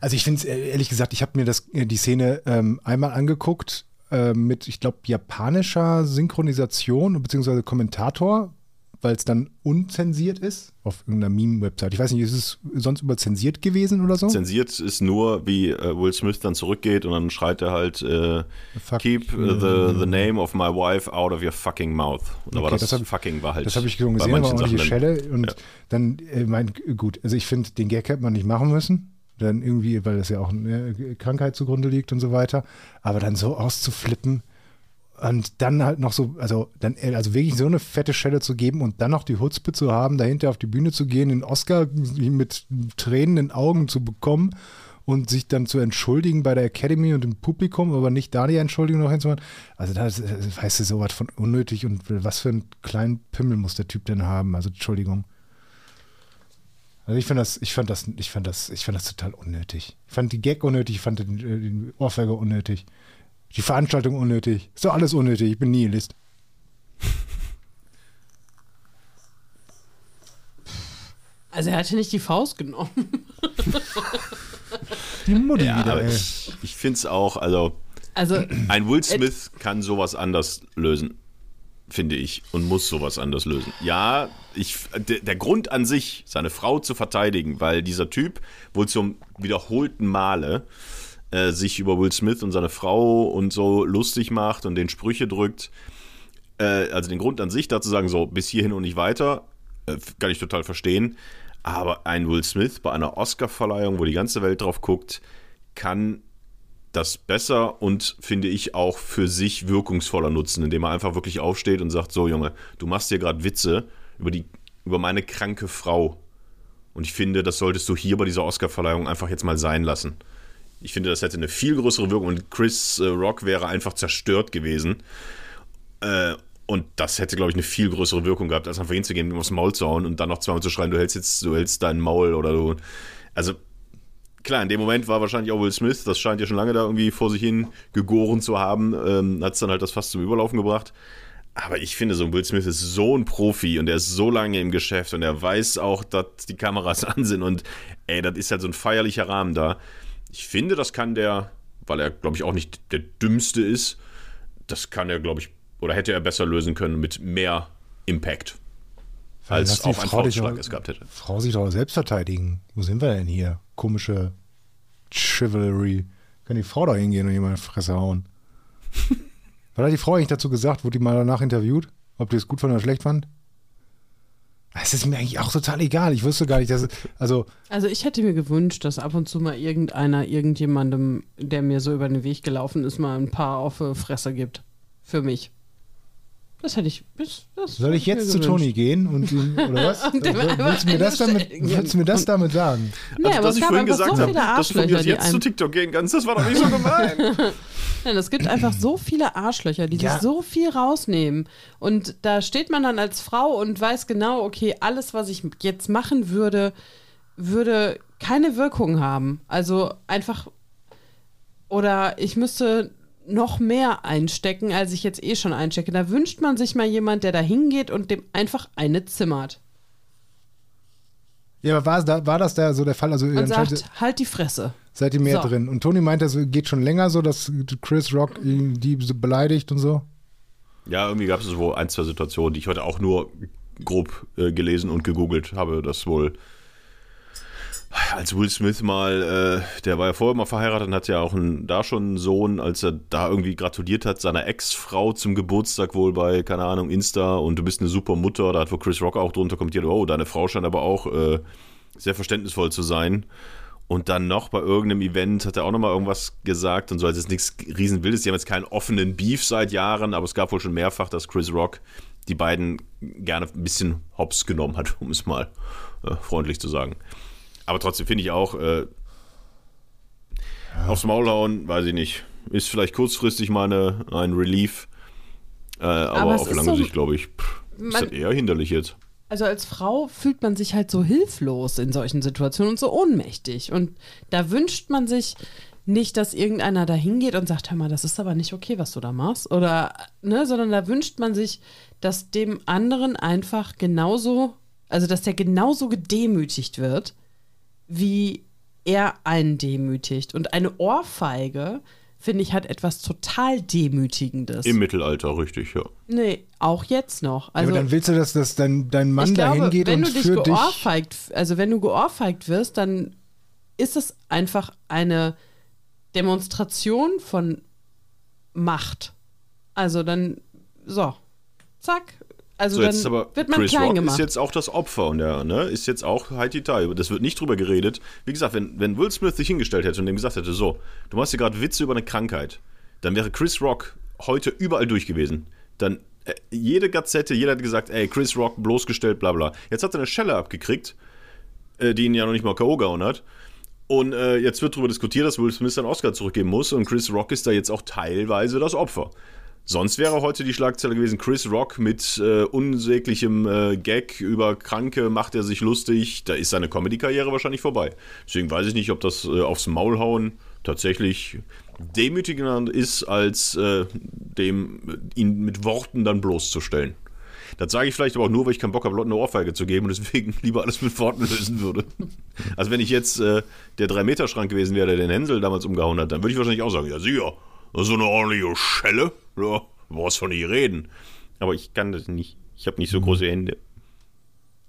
Speaker 2: also ich finde es ehrlich gesagt, ich habe mir das, äh, die Szene ähm, einmal angeguckt äh, mit, ich glaube, japanischer Synchronisation bzw. Kommentator, weil es dann unzensiert ist auf irgendeiner Meme-Website. Ich weiß nicht, ist es sonst überzensiert gewesen oder so?
Speaker 1: Zensiert ist nur, wie äh, Will Smith dann zurückgeht und dann schreit er halt, äh,
Speaker 2: Fuck.
Speaker 1: keep äh, the, the name of my wife out of your fucking mouth. Und da war
Speaker 2: Okay,
Speaker 1: das,
Speaker 2: das hab-
Speaker 1: fucking war halt.
Speaker 2: Das habe ich schon
Speaker 1: bei
Speaker 2: gesehen, aber
Speaker 1: manchen
Speaker 2: ordentliche
Speaker 1: Sachen
Speaker 2: Schelle. Und dann, äh, mein, gut, also ich finde, den Gag hätte man nicht machen müssen. Dann irgendwie, weil das ja auch eine Krankheit zugrunde liegt und so weiter. Aber dann so auszuflippen und dann halt noch so, also dann, äh, also wirklich so eine fette Schelle zu geben und dann noch die Hutzpe zu haben, dahinter auf die Bühne zu gehen, den Oscar mit Tränen in den Augen zu bekommen und sich dann zu entschuldigen bei der Academy und dem Publikum, aber nicht da die Entschuldigung noch hinzumachen. Also das äh, weißt du sowas von unnötig und was für einen kleinen Pimmel muss der Typ denn haben? Also Entschuldigung. Also ich fand das, ich fand das, ich fand das, ich fand das total unnötig. Ich fand die Gag unnötig, ich fand den, äh, den Ohrfeiger unnötig, die Veranstaltung unnötig. Ist doch alles unnötig, ich bin Nihilist.
Speaker 3: Also er hatte nicht die Faust genommen.
Speaker 2: Die Mutti
Speaker 1: Ja,
Speaker 2: wieder, äh,
Speaker 1: aber
Speaker 2: ey.
Speaker 1: ich, ich finde es auch, also
Speaker 3: Also
Speaker 1: ein Will Smith kann sowas anders lösen, finde ich, und muss sowas anders lösen. Ja, ich, der, der Grund an sich, seine Frau zu verteidigen, weil dieser Typ wohl zum wiederholten Male äh, sich über Will Smith und seine Frau und so lustig macht und den Sprüche drückt. Äh, also den Grund an sich, da zu sagen, so bis hierhin und nicht weiter, äh, kann ich total verstehen. Aber ein Will Smith bei einer Oscar-Verleihung, wo die ganze Welt drauf guckt, kann das besser und finde ich auch für sich wirkungsvoller nutzen, indem er einfach wirklich aufsteht und sagt: So, Junge, du machst hier gerade Witze über, die, über meine kranke Frau. Und ich finde, das solltest du hier bei dieser Oscarverleihung einfach jetzt mal sein lassen. Ich finde, das hätte eine viel größere Wirkung und Chris äh, Rock wäre einfach zerstört gewesen. Äh, und das hätte, glaube ich, eine viel größere Wirkung gehabt, als einfach hinzugehen, ihm aufs Maul zu hauen und dann noch zweimal zu schreien: Du hältst jetzt, du hältst deinen Maul oder du. Also, klar, in dem Moment war wahrscheinlich auch Will Smith, das scheint ja schon lange da irgendwie vor sich hin gegoren zu haben, ähm, hat es dann halt das fast zum Überlaufen gebracht. Aber ich finde, so ein Will Smith ist so ein Profi und er ist so lange im Geschäft und er weiß auch, dass die Kameras an sind und ey, das ist halt so ein feierlicher Rahmen da. Ich finde, das kann der, weil er, glaube ich, auch nicht der Dümmste ist, das kann er, glaube ich, oder hätte er besser lösen können mit mehr Impact,
Speaker 2: Weil
Speaker 1: als
Speaker 2: lass die
Speaker 1: auf einen
Speaker 2: Frau dich
Speaker 1: Faustschlag
Speaker 2: doch-
Speaker 1: es gehabt hätte.
Speaker 2: Frau sich doch selbst verteidigen. Wo sind wir denn hier? Komische Chivalry. Kann die Frau da hingehen und jemand in die Fresse hauen? Was hat die Frau eigentlich dazu gesagt? Wurde die mal danach interviewt? Ob die es gut fand oder schlecht fand? Es ist mir eigentlich auch total egal. Ich wüsste gar nicht, dass es, also
Speaker 3: Also ich hätte mir gewünscht, dass ab und zu mal irgendeiner irgendjemandem, der mir so über den Weg gelaufen ist, mal ein paar auf die Fresse gibt. Für mich. Das hätte ich. Das, das
Speaker 2: soll
Speaker 3: hätte
Speaker 2: ich jetzt
Speaker 3: mir
Speaker 2: zu
Speaker 3: gewünscht.
Speaker 2: Toni gehen und ihm, oder was?
Speaker 3: Und dem einfach
Speaker 2: willst, du mir das
Speaker 3: eine
Speaker 2: damit,
Speaker 3: Stelle geben.
Speaker 2: willst du mir das damit sagen?
Speaker 3: Nee,
Speaker 1: also,
Speaker 3: aber
Speaker 1: dass
Speaker 3: es
Speaker 1: ich
Speaker 3: gab
Speaker 1: vorhin
Speaker 3: einfach
Speaker 1: gesagt
Speaker 3: so
Speaker 1: habe,
Speaker 3: viele
Speaker 1: dass du von mir
Speaker 3: Arschlöcher,
Speaker 1: aus
Speaker 3: die
Speaker 1: jetzt zu
Speaker 3: einem-
Speaker 1: TikTok gehen kannst, das war doch nicht so gemein.
Speaker 3: Nein, es gibt einfach so viele Arschlöcher, die
Speaker 2: Ja.
Speaker 3: sich so viel rausnehmen. Und da steht man dann als Frau und weiß genau, okay, alles, was ich jetzt machen würde, würde keine Wirkung haben. Also einfach, oder ich müsste noch mehr einstecken, als ich jetzt eh schon einstecke. Da wünscht man sich mal jemand, der da hingeht und dem einfach eine zimmert
Speaker 2: Ja, aber war, da- war das da so der Fall? Also
Speaker 3: und
Speaker 2: anscheinend-
Speaker 3: sagt, halt die Fresse.
Speaker 2: Seid ihr mehr
Speaker 3: So.
Speaker 2: drin? Und Tony meint, das geht schon länger so, dass Chris Rock ihn die so beleidigt und so.
Speaker 1: Ja, irgendwie gab es wohl ein, zwei Situationen, die ich heute auch nur grob äh, gelesen und gegoogelt habe, dass wohl als Will Smith mal, äh, der war ja vorher mal verheiratet und hat ja auch einen, da schon einen Sohn, als er da irgendwie gratuliert hat, seiner Ex-Frau zum Geburtstag wohl bei, keine Ahnung, Insta und du bist eine super Mutter, da hat wohl Chris Rock auch drunter kommentiert, oh, deine Frau scheint aber auch äh, sehr verständnisvoll zu sein. Und dann noch bei irgendeinem Event hat er auch nochmal irgendwas gesagt und so, also es ist nichts Riesenwildes. Die haben jetzt keinen offenen Beef seit Jahren, aber es gab wohl schon mehrfach, dass Chris Rock die beiden gerne ein bisschen hops genommen hat, um es mal äh, freundlich zu sagen. Aber trotzdem finde ich auch, äh, aufs Maul hauen, weiß ich nicht. Ist vielleicht kurzfristig mal eine, ein Relief, äh, aber,
Speaker 3: Aber es
Speaker 1: auf
Speaker 3: ist
Speaker 1: lange
Speaker 3: so-
Speaker 1: Sicht, glaube ich, pff, ist
Speaker 3: Man-
Speaker 1: das eher hinderlich jetzt.
Speaker 3: Also als Frau fühlt man sich halt so hilflos in solchen Situationen und so ohnmächtig. Und da wünscht man sich nicht, dass irgendeiner da hingeht und sagt, hör mal, das ist aber nicht okay, was du da machst. Oder, ne, sondern da wünscht man sich, dass dem anderen einfach genauso, also dass der genauso gedemütigt wird, wie er einen demütigt. Und eine Ohrfeige, finde ich, hat etwas total Demütigendes.
Speaker 1: Im Mittelalter, richtig, ja.
Speaker 3: nee, auch jetzt noch. Also,
Speaker 2: ja, aber dann willst du, dass, dass dein, dein Mann da hingeht
Speaker 3: wenn
Speaker 2: und
Speaker 3: du dich
Speaker 2: für dich.
Speaker 3: geohrfeigt, also wenn du geohrfeigt wirst, dann ist es einfach eine Demonstration von Macht. Also dann, so, zack. Also
Speaker 1: So,
Speaker 3: dann
Speaker 1: jetzt ist aber
Speaker 3: wird man
Speaker 1: Chris
Speaker 3: klein
Speaker 1: Rock
Speaker 3: gemacht.
Speaker 1: ist jetzt auch das Opfer und der ne, ist jetzt auch Haiti Tai. Das wird nicht drüber geredet. Wie gesagt, wenn, wenn Will Smith sich hingestellt hätte und dem gesagt hätte, so, du machst hier gerade Witze über eine Krankheit, dann wäre Chris Rock heute überall durch gewesen. Dann äh, jede Gazette, jeder hat gesagt, ey, Chris Rock bloßgestellt, bla bla. Jetzt hat er eine Schelle abgekriegt, äh, die ihn ja noch nicht mal K.O. gehauen hat. Und äh, jetzt wird darüber diskutiert, dass Will Smith seinen Oscar zurückgeben muss und Chris Rock ist da jetzt auch teilweise das Opfer. Sonst wäre heute die Schlagzeile gewesen: Chris Rock mit äh, unsäglichem äh, Gag über Kranke macht er sich lustig. Da ist seine Comedy-Karriere wahrscheinlich vorbei. Deswegen weiß ich nicht, ob das äh, aufs Maul hauen tatsächlich demütigender ist, als äh, dem, äh, ihn mit Worten dann bloßzustellen. Das sage ich vielleicht aber auch nur, weil ich keinen Bock habe, Leuten eine Ohrfeige zu geben und deswegen lieber alles mit Worten lösen würde. Also, wenn ich jetzt der 3-Meter-Schrank gewesen wäre, der den Hänsel damals umgehauen hat, dann würde ich wahrscheinlich auch sagen: Ja, sicher, das ist eine ordentliche Schelle. Ja, was von ihr reden. Aber ich kann das nicht. Ich habe nicht so große Hände.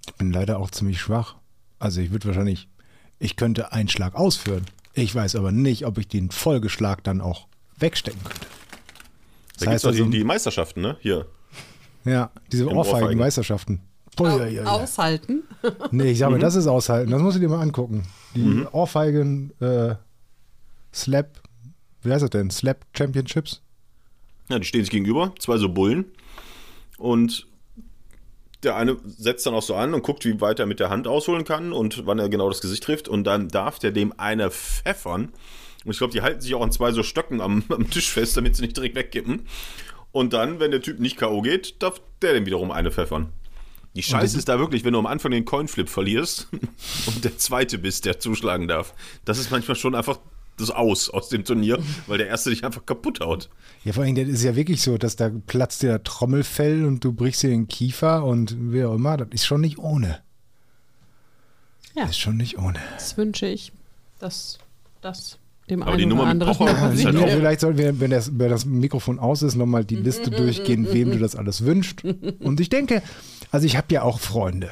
Speaker 2: Ich bin leider auch ziemlich schwach. Also ich würde wahrscheinlich, ich könnte einen Schlag ausführen. Ich weiß aber nicht, ob ich den Folgeschlag dann auch wegstecken könnte.
Speaker 1: Das da gibt es also, die, die Meisterschaften, ne? Hier.
Speaker 2: Ja, diese ohrfeigen Meisterschaften.
Speaker 3: Aushalten?
Speaker 2: Nee, ich sage, mhm. das ist aushalten. Das musst du dir mal angucken. Die mhm. Ohrfeigen äh, Slap, wie heißt das denn? Slap Championships?
Speaker 1: Ja, die stehen sich gegenüber, zwei so Bullen. Und der eine setzt dann auch so an und guckt, wie weit er mit der Hand ausholen kann und wann er genau das Gesicht trifft. Und dann darf der dem eine pfeffern. Und ich glaube, die halten sich auch an zwei so Stöcken am, am Tisch fest, damit sie nicht direkt wegkippen. Und dann, wenn der Typ nicht K.O. geht, darf der dem wiederum eine pfeffern. Die Scheiße ist da wirklich, wenn du am Anfang den Coinflip verlierst und der zweite bist, der zuschlagen darf. Das ist manchmal schon einfach das aus aus dem Turnier, weil der erste dich einfach kaputt haut.
Speaker 2: Ja, vor allem, das ist ja wirklich so, dass da platzt dir der Trommelfell und du brichst dir den Kiefer und wer auch immer. Das ist schon nicht ohne. Ja. Das ist schon nicht ohne.
Speaker 3: Das wünsche ich, dass das dem
Speaker 1: Aber die Nummer mit Pocher
Speaker 2: ja, ist halt auch Vielleicht sollten wir, wenn das, wenn das Mikrofon aus ist, nochmal die Liste durchgehen, wem du das alles wünscht. Und ich denke, also ich habe ja auch Freunde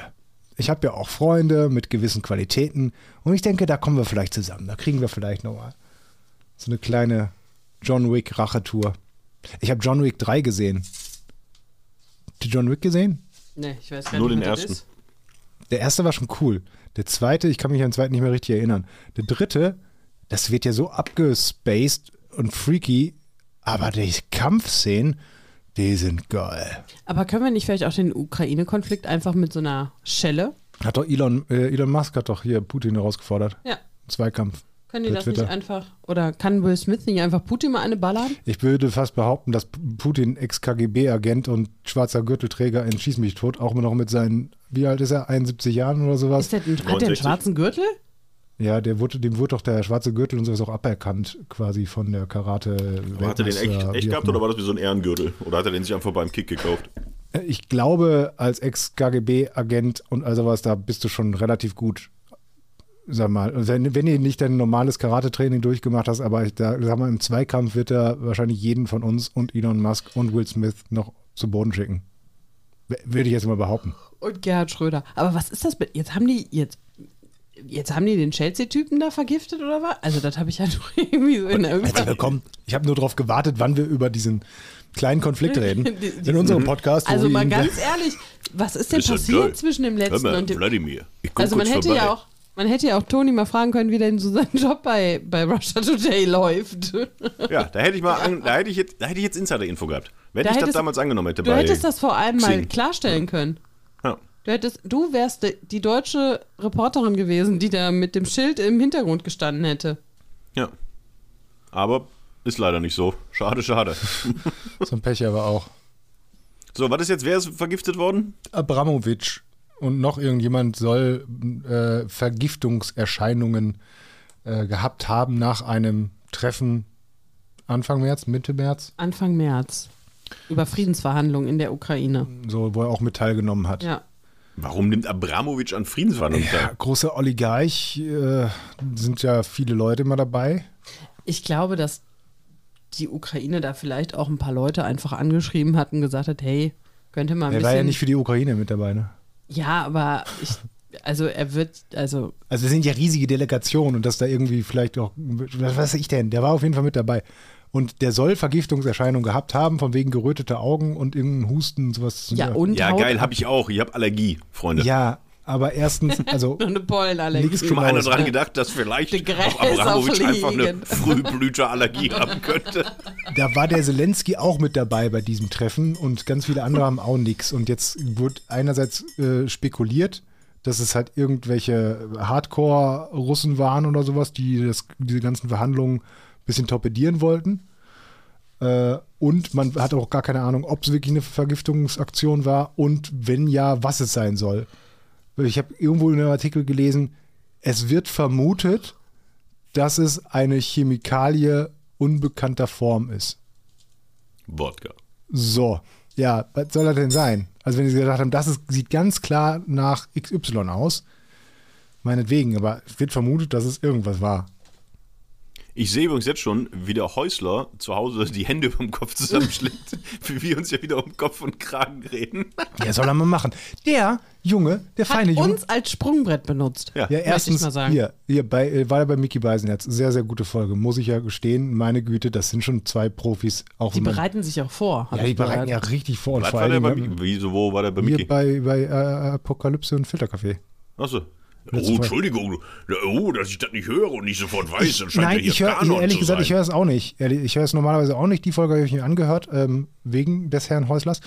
Speaker 2: ich habe ja auch Freunde mit gewissen Qualitäten und ich denke, da kommen wir vielleicht zusammen. Da kriegen wir vielleicht nochmal so eine kleine John Wick Rachetour. Ich habe John Wick 3 gesehen. Hast du John Wick gesehen?
Speaker 3: Nee, ich weiß gar
Speaker 1: Nur
Speaker 3: nicht,
Speaker 1: den ersten. Ist.
Speaker 2: Der erste war schon cool. Der zweite, ich kann mich an den zweiten nicht mehr richtig erinnern. Der dritte, das wird ja so abgespaced und freaky, aber die Kampfszenen, die sind geil.
Speaker 3: Aber können wir nicht vielleicht auch den Ukraine-Konflikt einfach mit so einer Schelle?
Speaker 2: Hat doch Elon, äh, Elon Musk hat doch hier Putin herausgefordert.
Speaker 3: Ja.
Speaker 2: Zweikampf.
Speaker 3: Können die das Twitter. nicht einfach, oder kann Will Smith nicht einfach Putin mal eine ballern?
Speaker 2: Ich würde fast behaupten, dass Putin Ex-KGB-Agent und schwarzer Gürtelträger in Schieß mich tot, auch noch mit seinen, wie alt ist er, 71 Jahren oder sowas?
Speaker 3: Der, hat der einen schwarzen Gürtel?
Speaker 2: Ja, der wurde, dem wurde doch der schwarze Gürtel und sowas auch aberkannt, quasi von der karate
Speaker 1: Aber Hat er den echt, echt gehabt oder war das wie so ein Ehrengürtel? Oder hat er den sich einfach beim Kick gekauft?
Speaker 2: Äh, Ich glaube, als Ex-KGB-Agent und all sowas, da bist du schon relativ gut. Sag mal, Also wenn, wenn ihr nicht dein normales Karate-Training durchgemacht hast, aber ich, da, sag mal, im Zweikampf wird er wahrscheinlich jeden von uns und Elon Musk und Will Smith noch zu Boden schicken. Würde ich jetzt mal behaupten.
Speaker 3: Und Gerhard Schröder. Aber was ist das? Mit, jetzt haben die, jetzt Jetzt haben die den Chelsea-Typen da vergiftet oder was? Also, das habe ich ja noch irgendwie so in
Speaker 1: Also,
Speaker 2: irgendeiner komm, Ich habe nur darauf gewartet, wann wir über diesen kleinen Konflikt reden. die, die, in unserem Podcast.
Speaker 3: Also, mal ganz ehrlich, was ist denn ist passiert toll. zwischen dem letzten
Speaker 1: mal,
Speaker 3: und dem.
Speaker 1: Vladimir, ich
Speaker 3: also, man hätte,
Speaker 1: vorbei.
Speaker 3: ja auch, man hätte ja auch Toni mal fragen können, wie denn so sein Job bei, bei Russia Today läuft.
Speaker 1: Ja, da hätte ich mal, an, da hätte ich jetzt, da hätte ich jetzt Insider-Info gehabt. Wenn
Speaker 3: Da
Speaker 1: ich das
Speaker 3: hättest-
Speaker 1: damals angenommen hätte,
Speaker 3: Du
Speaker 1: bei
Speaker 3: hättest das vor allem mal
Speaker 1: Xing.
Speaker 3: klarstellen können.
Speaker 1: Ja.
Speaker 3: Du, hättest, du wärst de- die deutsche Reporterin gewesen, die da mit dem Schild im Hintergrund gestanden hätte.
Speaker 1: ja. Aber ist leider nicht so. Schade, schade.
Speaker 2: So ein Pech aber auch.
Speaker 1: So, was ist jetzt? Wer ist vergiftet worden?
Speaker 2: Abramowitsch und noch irgendjemand soll äh, Vergiftungserscheinungen äh, gehabt haben nach einem Treffen Anfang März, Mitte März,
Speaker 3: Anfang März. Über Friedensverhandlungen in der Ukraine.
Speaker 2: so, wo er auch mit teilgenommen hat.
Speaker 3: Ja.
Speaker 1: Warum nimmt Abramowitsch an Friedensverhandlungen teil?
Speaker 2: Großer Oligarch, äh, sind ja viele Leute immer dabei.
Speaker 3: Ich glaube, dass die Ukraine da vielleicht auch ein paar Leute einfach angeschrieben hat und gesagt hat, hey, könnte mal ein
Speaker 2: Er
Speaker 3: bisschen.
Speaker 2: war ja nicht für die Ukraine mit dabei, ne?
Speaker 3: Ja, aber ich, also er wird, also
Speaker 2: Also es sind ja riesige Delegationen und dass da irgendwie vielleicht auch, was weiß ich denn, der war auf jeden Fall mit dabei. Und der soll Vergiftungserscheinungen gehabt haben, von wegen geröteter Augen und irgendeinen Husten und sowas.
Speaker 3: ja, und
Speaker 1: Ja,
Speaker 3: haut
Speaker 1: geil, habe ich auch. Ich habe Allergie, Freunde.
Speaker 2: Ja, aber erstens, also
Speaker 3: eine Pollenallergie.
Speaker 2: links
Speaker 1: Schon mal
Speaker 2: genau,
Speaker 1: einer dran gedacht, dass vielleicht
Speaker 3: Die Gräser
Speaker 1: auch Abramowitsch einfach eine
Speaker 3: fliegen.
Speaker 1: Frühblüterallergie haben könnte.
Speaker 2: da war der Zelensky auch mit dabei bei diesem Treffen und ganz viele andere haben auch nichts. Und jetzt wird einerseits äh, spekuliert, dass es halt irgendwelche Hardcore-Russen waren oder sowas, die das, diese ganzen Verhandlungen ein bisschen torpedieren wollten. Äh, und man hat auch gar keine Ahnung, ob es wirklich eine Vergiftungsaktion war und wenn ja, was es sein soll. Ich habe irgendwo in einem Artikel gelesen, es wird vermutet, dass es eine Chemikalie unbekannter Form ist.
Speaker 1: Wodka.
Speaker 2: So, ja, was soll das denn sein? Also wenn sie gesagt haben, das ist, sieht ganz klar nach XY aus, meinetwegen, aber es wird vermutet, dass es irgendwas war.
Speaker 1: Ich sehe übrigens jetzt schon, wie der Häusler zu Hause die Hände über dem Kopf zusammenschlägt, wie wir uns ja wieder um Kopf und Kragen reden.
Speaker 2: Der soll er mal machen. Der Junge, der
Speaker 3: Hat
Speaker 2: feine Junge.
Speaker 3: uns als Sprungbrett benutzt.
Speaker 1: Ja.
Speaker 2: Ja,
Speaker 3: Möchte ich
Speaker 2: erstens,
Speaker 3: mal sagen.
Speaker 2: hier, hier bei, äh, war er bei Mickey Beisenherz. Sehr, sehr gute Folge, muss ich ja gestehen. Meine Güte, das sind schon zwei Profis. Auch
Speaker 3: Die
Speaker 2: wenn man-
Speaker 3: bereiten sich auch vor. hab
Speaker 2: ja, die
Speaker 3: ich
Speaker 2: bereiten
Speaker 3: gehört.
Speaker 2: ja richtig vor. Und
Speaker 1: Was
Speaker 2: vor
Speaker 1: war der
Speaker 2: allem
Speaker 1: bei Mickey? Wieso, wo war der bei
Speaker 2: hier
Speaker 1: Mickey?
Speaker 2: bei, bei äh, Apokalypse und Filterkaffee.
Speaker 1: Achso. Oh,
Speaker 2: Letzte Folge.
Speaker 1: Entschuldigung. Oh, dass ich das nicht höre und nicht sofort weiß, dann scheint
Speaker 2: Nein,
Speaker 1: ja hier
Speaker 2: ich höre,
Speaker 1: Kanon
Speaker 2: ehrlich
Speaker 1: zu
Speaker 2: gesagt,
Speaker 1: sein.
Speaker 2: ich höre es auch nicht. Ehrlich, Ich höre es normalerweise auch nicht. Die Folge habe ich mir angehört, ähm, wegen des Herrn Häuslers.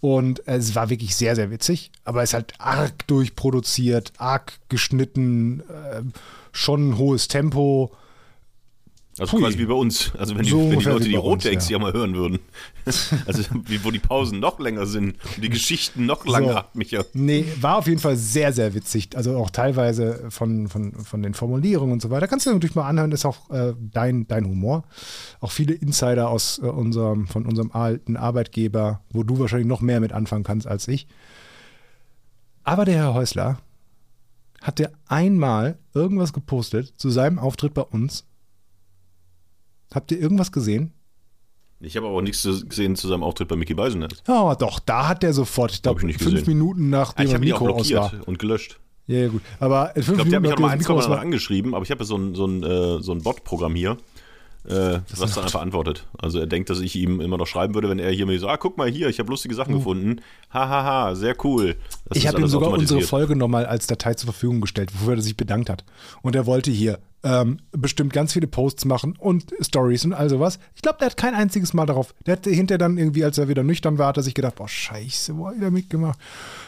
Speaker 2: Und äh, es war wirklich sehr, sehr witzig. Aber es ist halt arg durchproduziert, arg geschnitten, ähm, schon ein hohes Tempo.
Speaker 1: Also
Speaker 2: Hui.
Speaker 1: quasi wie bei uns. Also wenn die,
Speaker 2: So
Speaker 1: wenn die
Speaker 2: ungefähr
Speaker 1: Leute
Speaker 2: wie
Speaker 1: die
Speaker 2: bei uns,
Speaker 1: Rotex
Speaker 2: ja.
Speaker 1: hier mal hören würden. Also wie, wo die Pausen noch länger sind und die Geschichten noch langatmiger.
Speaker 2: Nee, war auf jeden Fall sehr, sehr witzig. Also auch teilweise von, von, von den Formulierungen und so weiter. Kannst du dir natürlich mal anhören, ist auch äh, dein, dein Humor. Auch viele Insider aus äh, unserem, von unserem alten Arbeitgeber, wo du wahrscheinlich noch mehr mit anfangen kannst als ich. Aber der Herr Häusler hatte einmal irgendwas gepostet zu seinem Auftritt bei uns. Habt ihr irgendwas gesehen?
Speaker 1: Ich habe aber auch nichts zu- gesehen zu seinem Auftritt bei Mickey Beisenherz.
Speaker 2: Ja, doch, da hat der sofort, ich
Speaker 1: Hab
Speaker 2: glaube,
Speaker 1: ich nicht
Speaker 2: fünf
Speaker 1: gesehen.
Speaker 2: Minuten nachdem
Speaker 1: Ah, ich
Speaker 2: er
Speaker 1: habe ihn ja auch
Speaker 2: Mikro aus war.
Speaker 1: blockiert und gelöscht.
Speaker 2: Ja, ja, gut. Aber in fünf
Speaker 1: Ich glaube, der hat mich auch
Speaker 2: Minuten
Speaker 1: mal
Speaker 2: nachdem das
Speaker 1: angekommen
Speaker 2: Mikro
Speaker 1: und angeschrieben, aber ich habe so ein, so ein, äh, so ein Bot-Programm hier, äh, was dann einfach antwortet. Also er denkt, dass ich ihm immer noch schreiben würde, wenn er hier mir so, ah, guck mal hier, ich habe lustige Sachen gefunden. Hahaha, ha, ha, sehr cool. Das
Speaker 2: Hm. Ich
Speaker 1: ist
Speaker 2: habe ihm
Speaker 1: alles
Speaker 2: sogar unsere
Speaker 1: automatisiert.
Speaker 2: Folge nochmal als Datei zur Verfügung gestellt, wofür er sich bedankt hat. Und er wollte hier ähm, bestimmt ganz viele Posts machen und Stories und all sowas. Ich glaube, der hat kein einziges Mal darauf. Der hat hinterher dann irgendwie, als er wieder nüchtern war, hat er sich gedacht, boah, scheiße, wo hat er wieder mitgemacht?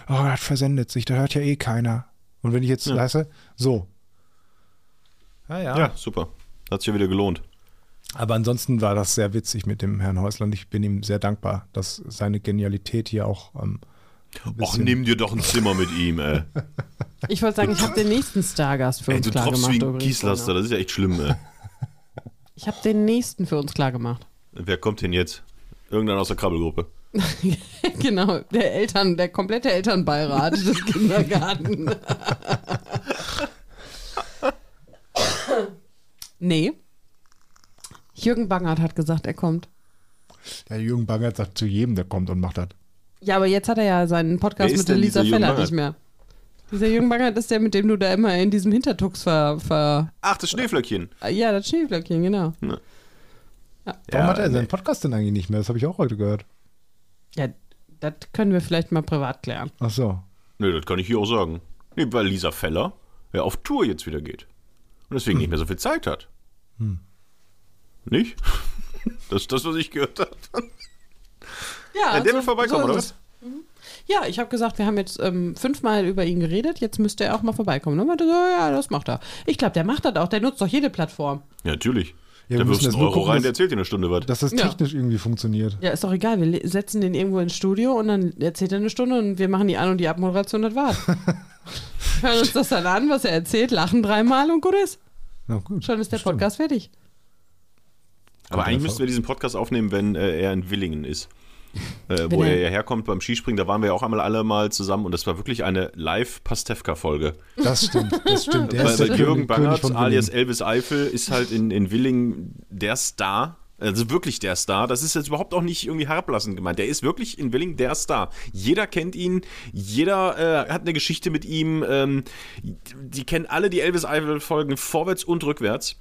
Speaker 2: Oh, er hat versendet sich, da hört ja eh keiner. Und wenn ich jetzt, weißt du, so. Ja, ja.
Speaker 1: Ja, super. Hat sich ja wieder gelohnt.
Speaker 2: Aber ansonsten war das sehr witzig mit dem Herrn Häusland. Ich bin ihm sehr dankbar, dass seine Genialität hier auch. Ähm, ein
Speaker 1: Och,
Speaker 2: bisschen-
Speaker 1: nimm dir doch ein Zimmer mit ihm, ey.
Speaker 3: Ich wollte sagen, ich habe den nächsten Stargast für
Speaker 1: ey
Speaker 3: uns
Speaker 1: du
Speaker 3: klar
Speaker 1: tropfst
Speaker 3: gemacht.
Speaker 1: wie ein
Speaker 3: übrigens.
Speaker 1: Kieslaster, das ist ja echt schlimm, ey.
Speaker 3: Ich habe den nächsten für uns klar gemacht.
Speaker 1: Wer kommt denn jetzt? Irgendeiner aus der Krabbelgruppe.
Speaker 3: genau, der Eltern, der komplette Elternbeirat des Kindergarten. nee. Jürgen Bangert hat gesagt, er kommt.
Speaker 2: Der Jürgen Bangert sagt zu jedem, der kommt und macht das.
Speaker 3: Ja, aber jetzt hat er ja seinen
Speaker 1: Wer
Speaker 3: Podcast
Speaker 1: ist
Speaker 3: mit
Speaker 1: denn
Speaker 3: Elisa
Speaker 1: dieser Jürgen
Speaker 3: Feller
Speaker 1: Bangert?
Speaker 3: nicht mehr. Dieser Jürgen Bangert ist der, mit dem du da immer in diesem Hintertux ver. ver
Speaker 1: Ach, das Schneeflöckchen.
Speaker 3: ja, das Schneeflöckchen, genau.
Speaker 2: Warum
Speaker 1: Ja,
Speaker 2: hat er
Speaker 1: nee.
Speaker 2: seinen Podcast denn eigentlich nicht mehr? Das habe ich auch heute gehört.
Speaker 3: Ja, das können wir vielleicht mal privat klären.
Speaker 2: Ach so.
Speaker 1: Nö, das kann ich hier auch sagen. Nee, weil Lisa Feller ja auf Tour jetzt wieder geht. Und deswegen nicht mehr so viel Zeit hat. Hm. Nicht? Das ist das, was ich gehört habe.
Speaker 3: Ja, also
Speaker 1: Ja, der will vorbeikommen,
Speaker 3: so
Speaker 1: oder
Speaker 3: ist es. Mhm.
Speaker 1: was?
Speaker 3: Ja, ich habe gesagt, wir haben jetzt ähm, fünfmal über ihn geredet, jetzt müsste er auch mal vorbeikommen. Und meinte, so, ja, das macht er. Ich glaube, der macht das auch, der nutzt doch jede Plattform.
Speaker 1: Ja, natürlich.
Speaker 2: Ja, wir
Speaker 1: da
Speaker 2: müssen
Speaker 1: wirfst du
Speaker 2: das
Speaker 1: einen
Speaker 2: nur
Speaker 1: Euro
Speaker 2: gucken,
Speaker 1: rein,
Speaker 2: dass-
Speaker 1: der erzählt dir eine Stunde was.
Speaker 2: Dass das
Speaker 3: Ja.
Speaker 2: technisch irgendwie funktioniert.
Speaker 3: Ja, ist doch egal, wir le- setzen den irgendwo ins Studio und dann erzählt er eine Stunde und wir machen die An- und die Abmoderation, das war's. Hören uns das dann an, was er erzählt, lachen dreimal und gut ist.
Speaker 2: Na gut.
Speaker 3: Schon ist der
Speaker 2: Stimmt.
Speaker 3: Podcast fertig.
Speaker 1: Aber eigentlich
Speaker 2: Einfach.
Speaker 1: müssten wir diesen Podcast aufnehmen, wenn äh, er in Willingen ist. Äh, wo
Speaker 3: Wenn er-
Speaker 1: er ja herkommt beim Skispringen, da waren wir ja auch einmal alle mal zusammen und das war wirklich eine Live-Pastewka-Folge.
Speaker 2: Das stimmt, das stimmt. Er
Speaker 1: Weil,
Speaker 2: ist der
Speaker 1: weil Jürgen
Speaker 2: König- König
Speaker 1: Bangert
Speaker 2: von
Speaker 1: alias
Speaker 2: Berlin.
Speaker 1: Elvis Eifel ist halt in, in Willingen der Star. Also wirklich der Star. Das ist jetzt überhaupt auch nicht irgendwie herablassend gemeint. Der ist wirklich in Willingen der Star. Jeder kennt ihn, jeder äh, hat eine Geschichte mit ihm. Ähm, die kennen alle die Elvis Eifel-Folgen vorwärts und rückwärts.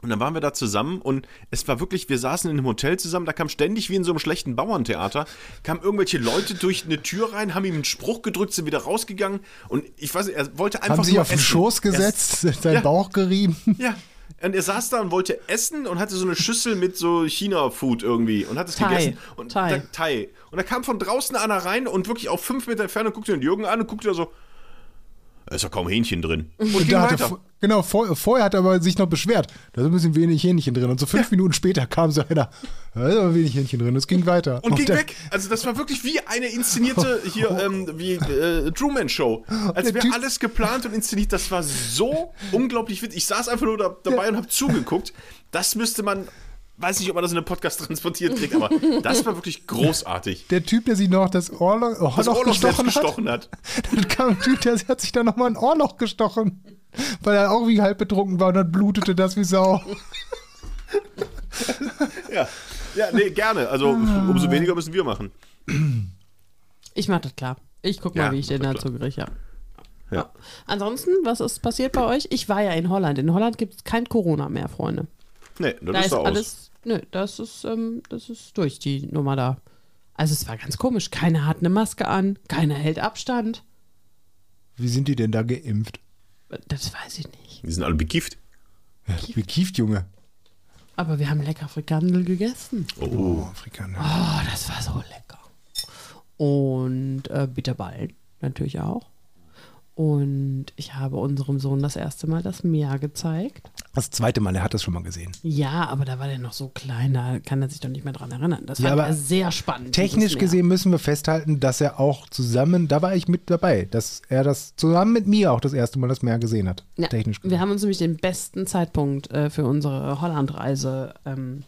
Speaker 1: Und dann waren wir da zusammen und es war wirklich, wir saßen in einem Hotel zusammen, da kam ständig wie in so einem schlechten Bauerntheater, kamen irgendwelche Leute durch eine Tür rein, haben ihm einen Spruch gedrückt, sind wieder rausgegangen und ich weiß nicht, er wollte einfach
Speaker 2: Haben sich
Speaker 1: nur
Speaker 2: auf den
Speaker 1: essen.
Speaker 2: Schoß
Speaker 1: Er-
Speaker 2: gesetzt, seinen
Speaker 1: Ja.
Speaker 2: Bauch gerieben.
Speaker 1: ja. Und er saß da und wollte essen und hatte so eine Schüssel mit so China-Food irgendwie und hat es
Speaker 3: Thai.
Speaker 1: gegessen. Und
Speaker 3: Thai.
Speaker 1: Da, Thai. Und da kam von draußen einer rein und wirklich auf fünf Meter Entfernung guckte den Jürgen an und guckte da so, Da ist ja kaum Hähnchen drin.
Speaker 2: Und da hat er, vor- genau, vor, vorher hat er aber sich noch beschwert. Da ist ein bisschen wenig Hähnchen drin. Und so fünf Minuten später kam so einer, da ist aber wenig Hähnchen drin. Es ging weiter.
Speaker 1: Und ging
Speaker 2: der,
Speaker 1: weg. Also das war wirklich wie eine inszenierte hier ähm, wie äh, Truman Show. Als
Speaker 2: Der
Speaker 1: wäre
Speaker 2: Typ-
Speaker 1: alles geplant und inszeniert. Das war so unglaublich witzig. Ich saß einfach nur da, dabei und habe zugeguckt. Das müsste man, weiß nicht, ob man das in einem Podcast transportiert kriegt, aber das war wirklich großartig.
Speaker 2: Der Typ, der sich noch das Ohrloch, Ohrloch,
Speaker 1: Das Ohrloch selbst
Speaker 2: gestochen,
Speaker 1: gestochen hat.
Speaker 2: hat. Dann kam ein Typ, der hat sich da nochmal ein Ohrloch gestochen. Weil er auch wie halb betrunken war und dann blutete das wie Sau.
Speaker 1: Ja. ja, nee, gerne. Also umso weniger müssen wir machen.
Speaker 3: Ich mache das klar. Ich guck mal,
Speaker 1: Ja,
Speaker 3: wie ich den
Speaker 1: mach das
Speaker 3: dazu kriege, ja.
Speaker 1: Ja.
Speaker 3: Ja. Ansonsten, was ist passiert bei euch? Ich war ja in Holland. In Holland gibt es kein Corona mehr, Freunde.
Speaker 1: Nee, dann
Speaker 3: Da
Speaker 1: ist
Speaker 3: ist
Speaker 1: er aus.
Speaker 3: alles, nö, das ist, ähm, das ist durch die Nummer da. Also es war ganz komisch. Keiner hat eine Maske an, keiner hält Abstand.
Speaker 2: Wie sind die denn da geimpft?
Speaker 3: Das weiß ich nicht.
Speaker 1: Die sind alle bekifft.
Speaker 2: Wie kieft, Junge.
Speaker 3: Aber wir haben lecker Frikandel gegessen.
Speaker 2: Oh, Afrikaner.
Speaker 3: Oh, das war so lecker. Und äh, Bitterballen natürlich auch. Und ich habe unserem Sohn das erste Mal das Meer gezeigt.
Speaker 2: Das zweite Mal, er hat das schon mal gesehen.
Speaker 3: Ja, aber da war der noch so klein, da kann er sich doch nicht mehr dran erinnern. Das
Speaker 2: Ja,
Speaker 3: war
Speaker 2: aber
Speaker 3: ja sehr spannend. dieses
Speaker 2: Technisch
Speaker 3: Meer.
Speaker 2: gesehen müssen wir festhalten, dass er auch zusammen, da war ich mit dabei, dass er das zusammen mit mir auch das erste Mal das Meer gesehen hat.
Speaker 3: Ja,
Speaker 2: Technisch
Speaker 3: Wir
Speaker 2: gesehen.
Speaker 3: haben uns nämlich den besten Zeitpunkt äh, für unsere Hollandreise ähm,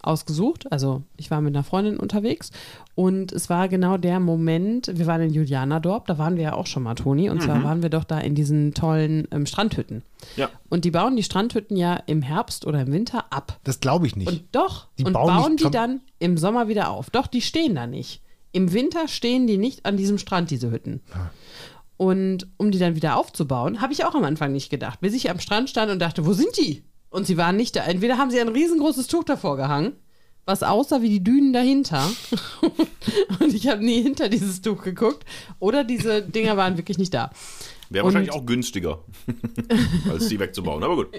Speaker 3: ausgesucht. Also ich war mit einer Freundin unterwegs und es war genau der Moment, wir waren in Julianadorp, da waren wir ja auch schon mal, Toni, und zwar waren wir doch da in diesen tollen ähm, Strandhütten.
Speaker 1: Ja.
Speaker 3: Und die bauen die Strandhütten ja im Herbst oder im Winter ab.
Speaker 2: Das glaube ich nicht.
Speaker 3: Und doch,
Speaker 2: Die
Speaker 3: und
Speaker 2: bauen
Speaker 3: bauen,
Speaker 2: nicht
Speaker 3: die
Speaker 2: kom-
Speaker 3: dann im Sommer wieder auf. Doch, die stehen da nicht. Im Winter stehen die nicht an diesem Strand, diese Hütten. Und um die dann wieder aufzubauen, habe ich auch am Anfang nicht gedacht, bis ich am Strand stand und dachte, wo sind die? Und sie waren nicht da. Entweder haben sie ein riesengroßes Tuch davor gehangen, was aussah wie die Dünen dahinter. und ich habe nie hinter dieses Tuch geguckt. Oder diese Dinger waren wirklich nicht da.
Speaker 1: Wäre
Speaker 3: Und-
Speaker 1: wahrscheinlich auch günstiger, als die wegzubauen. Aber gut.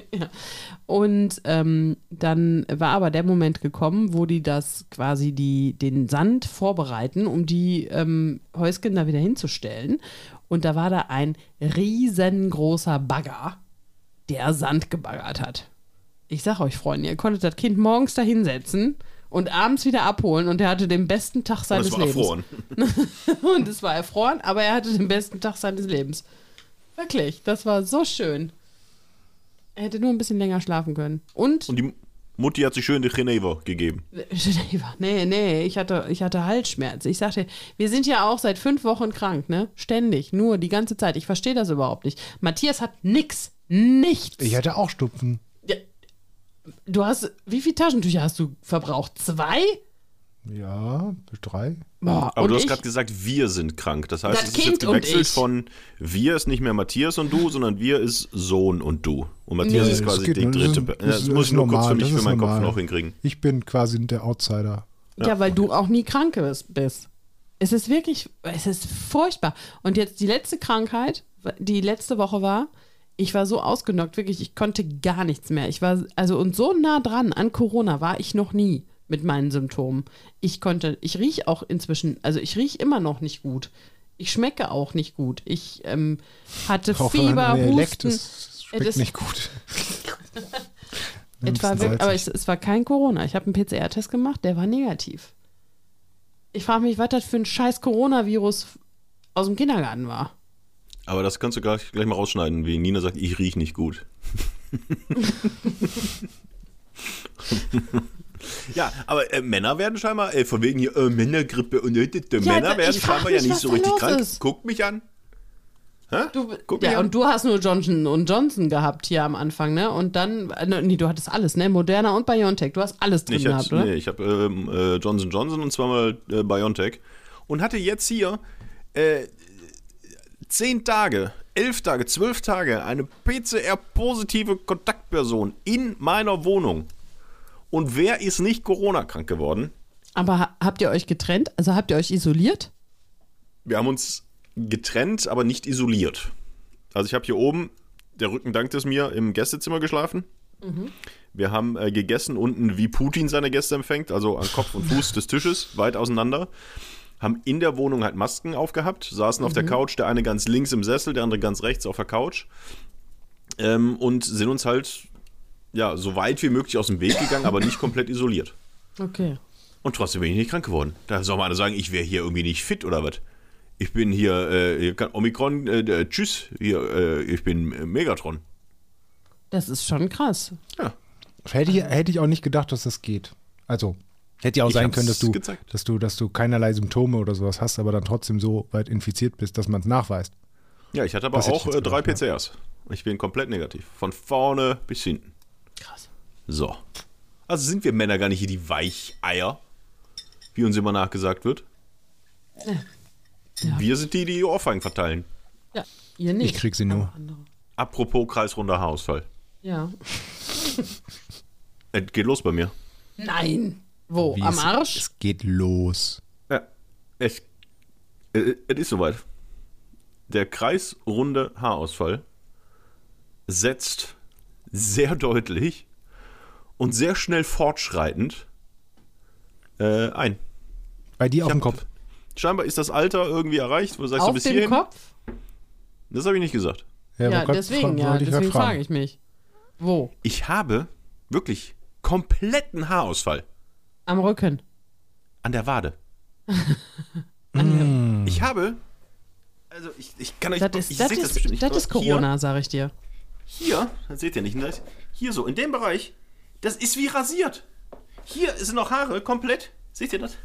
Speaker 3: Und ähm, dann war aber der Moment gekommen, wo die das quasi die, den Sand vorbereiten, um die ähm, Häuschen da wieder hinzustellen. Und da war da ein riesengroßer Bagger, der Sand gebaggert hat. Ich sag euch, Freunde, ihr konntet das Kind morgens da hinsetzen und abends wieder abholen und er hatte den besten Tag
Speaker 1: Und
Speaker 3: seines
Speaker 1: es war
Speaker 3: Lebens.
Speaker 1: erfroren.
Speaker 3: Und es war erfroren, aber er hatte den besten Tag seines Lebens. Wirklich, das war so schön. Er hätte nur ein bisschen länger schlafen können. Und,
Speaker 1: Und die Mutti hat sich schön die Geneva gegeben.
Speaker 3: Geneva, nee, nee, ich hatte, ich hatte Halsschmerz. Ich sagte, wir sind ja auch seit fünf Wochen krank, ne? Ständig, nur die ganze Zeit. Ich verstehe das überhaupt nicht. Matthias hat nix, nichts.
Speaker 2: ich hatte auch Stupfen.
Speaker 3: Ja, du hast, wie viele Taschentücher hast du verbraucht? Zwei?
Speaker 2: Ja, drei.
Speaker 3: Boah,
Speaker 1: Aber
Speaker 3: und
Speaker 1: du hast
Speaker 3: ich-
Speaker 1: gerade gesagt, wir sind krank. Das heißt,
Speaker 3: Das
Speaker 1: es ist
Speaker 3: Kind
Speaker 1: jetzt
Speaker 3: und
Speaker 1: gewechselt
Speaker 3: ich.
Speaker 1: von wir ist nicht mehr Matthias und du, sondern wir ist Sohn und du. Und Matthias
Speaker 3: Nee.
Speaker 1: ist
Speaker 2: Das
Speaker 1: quasi
Speaker 2: geht
Speaker 1: die
Speaker 2: nur- das
Speaker 1: dritte.
Speaker 2: ist-
Speaker 1: Pe-
Speaker 2: das
Speaker 1: Das,
Speaker 2: ist
Speaker 1: muss ich nur kurz
Speaker 2: normal,
Speaker 1: für mich,
Speaker 2: das
Speaker 1: für
Speaker 2: ist
Speaker 1: meinen Kopf
Speaker 2: normal.
Speaker 1: noch hinkriegen.
Speaker 2: Ich bin quasi der Outsider.
Speaker 3: Ja, weil du auch nie krank bist- bist. Es ist wirklich, es ist furchtbar. Und jetzt die letzte Krankheit, die letzte Woche war, ich war so ausgenockt, wirklich, ich konnte gar nichts mehr. Ich war, also und so nah dran an Corona war ich noch nie mit meinen Symptomen. Ich konnte, ich riech auch inzwischen, also ich riech immer noch nicht gut. Ich schmecke auch nicht gut. Ich ähm, hatte Fieber,
Speaker 2: an der Elekt
Speaker 3: Husten.
Speaker 2: ist, schmeckt
Speaker 3: Das-
Speaker 2: nicht gut.
Speaker 3: Es war
Speaker 2: Nimmst
Speaker 3: wirklich, aber
Speaker 2: salzig.
Speaker 3: es, es war kein Corona. Ich habe einen PCR-Test gemacht, der war negativ. Ich frage mich, was das für ein scheiß Coronavirus aus dem Kindergarten war.
Speaker 1: Aber das kannst du gleich, gleich mal rausschneiden, wie Nina sagt, ich riech nicht gut. ja, aber äh, Männer werden scheinbar, äh, von wegen hier äh, Männergrippe und äh, äh, Männer
Speaker 3: da-
Speaker 1: werden
Speaker 3: ich frag
Speaker 1: scheinbar ja
Speaker 3: mich,
Speaker 1: nicht
Speaker 3: was
Speaker 1: so
Speaker 3: da
Speaker 1: richtig
Speaker 3: los
Speaker 1: krank.
Speaker 3: ist.
Speaker 1: Guck mich an. Hä?
Speaker 3: Du,
Speaker 1: Guck mich
Speaker 3: ja,
Speaker 1: an.
Speaker 3: und du hast nur Johnson und Johnson gehabt hier am Anfang, ne? Und dann, äh, nee, du hattest alles, ne? Moderna und BioNTech, du hast alles drin
Speaker 1: Ich
Speaker 3: gehabt,
Speaker 1: hatte-
Speaker 3: oder?
Speaker 1: Nee, ich habe ähm, äh, Johnson Johnson und zweimal äh, BioNTech. Und hatte jetzt hier äh, zehn Tage, elf Tage, zwölf Tage eine PCR-positive Kontaktperson in meiner Wohnung. Und wer ist nicht Corona-krank geworden?
Speaker 3: Aber ha habt ihr euch getrennt? Also habt ihr euch isoliert?
Speaker 1: Wir haben uns getrennt, aber nicht isoliert. Also ich habe hier oben, der Rücken dankt es mir, im Gästezimmer geschlafen. Wir haben äh, gegessen unten, wie Putin seine Gäste empfängt, also an Kopf und Fuß des Tisches, weit auseinander. haben in der Wohnung halt Masken aufgehabt, saßen auf der Couch, der eine ganz links im Sessel, der andere ganz rechts auf der Couch ähm, und sind uns halt ja so weit wie möglich aus dem Weg gegangen, aber nicht komplett isoliert.
Speaker 3: Okay.
Speaker 1: Und trotzdem bin ich nicht krank geworden. Da soll mal einer sagen, ich wäre hier irgendwie nicht fit oder was. Ich bin hier, äh, hier kann Omikron, äh, äh, tschüss, hier, äh, ich bin äh, Megatron.
Speaker 3: Das ist schon krass.
Speaker 1: Ja.
Speaker 2: Hätte ich, hätte ich auch nicht gedacht, dass das geht. Also, hätte ja auch
Speaker 1: Ich
Speaker 2: sein
Speaker 1: hab's
Speaker 2: können, dass du,
Speaker 1: gezeigt.
Speaker 2: dass du, dass du keinerlei Symptome oder sowas hast, aber dann trotzdem so weit infiziert bist, dass man es nachweist.
Speaker 1: Ja, ich hatte aber
Speaker 2: Das hätte ich
Speaker 1: auch
Speaker 2: jetzt
Speaker 1: äh, drei
Speaker 2: gedacht,
Speaker 1: PCRs. Ich bin komplett negativ. Von vorne bis hinten.
Speaker 3: Krass.
Speaker 1: So. Also sind wir Männer gar nicht hier die Weicheier, wie uns immer nachgesagt wird.
Speaker 3: Ja.
Speaker 1: Wir sind die, die Ohrfeigen verteilen.
Speaker 3: Ja, ihr nicht.
Speaker 2: Ich krieg sie nur.
Speaker 3: Aber andere.
Speaker 1: Apropos kreisrunder Haarausfall.
Speaker 3: Ja.
Speaker 1: Äh, geht los bei mir.
Speaker 3: Nein. Wo?
Speaker 2: Wie
Speaker 3: Oh, Am
Speaker 2: es-
Speaker 3: Arsch?
Speaker 2: Es geht los.
Speaker 1: Ja, es, äh, es ist soweit. Der kreisrunde Haarausfall setzt sehr deutlich und sehr schnell fortschreitend äh, ein.
Speaker 2: Bei dir auf dem
Speaker 1: hab-
Speaker 2: Kopf.
Speaker 1: Scheinbar ist das Alter irgendwie erreicht, wo du sagst du
Speaker 3: Auf
Speaker 1: bis
Speaker 3: dem
Speaker 1: hierhin.
Speaker 3: Kopf?
Speaker 1: Das habe ich nicht gesagt.
Speaker 3: Ja,
Speaker 2: aber oh Gott,
Speaker 3: deswegen,
Speaker 2: wollte
Speaker 3: ja.
Speaker 2: ich grad
Speaker 3: Deswegen
Speaker 2: halt fragen.
Speaker 3: frage ich mich. Wo?
Speaker 1: Ich habe wirklich kompletten Haarausfall
Speaker 3: Am Rücken.
Speaker 1: an der Wade. Ich habe, also ich, ich kann euch,
Speaker 3: Das ist,
Speaker 1: ich
Speaker 3: das
Speaker 1: seht
Speaker 3: ist,
Speaker 1: bestimmt nicht.
Speaker 3: das ist
Speaker 1: Aber hier-
Speaker 3: Corona, sag ich dir.
Speaker 1: Hier, das seht ihr nicht, ne? hier so, in dem Bereich, das ist wie rasiert. Hier sind noch Haare, komplett. Seht ihr das?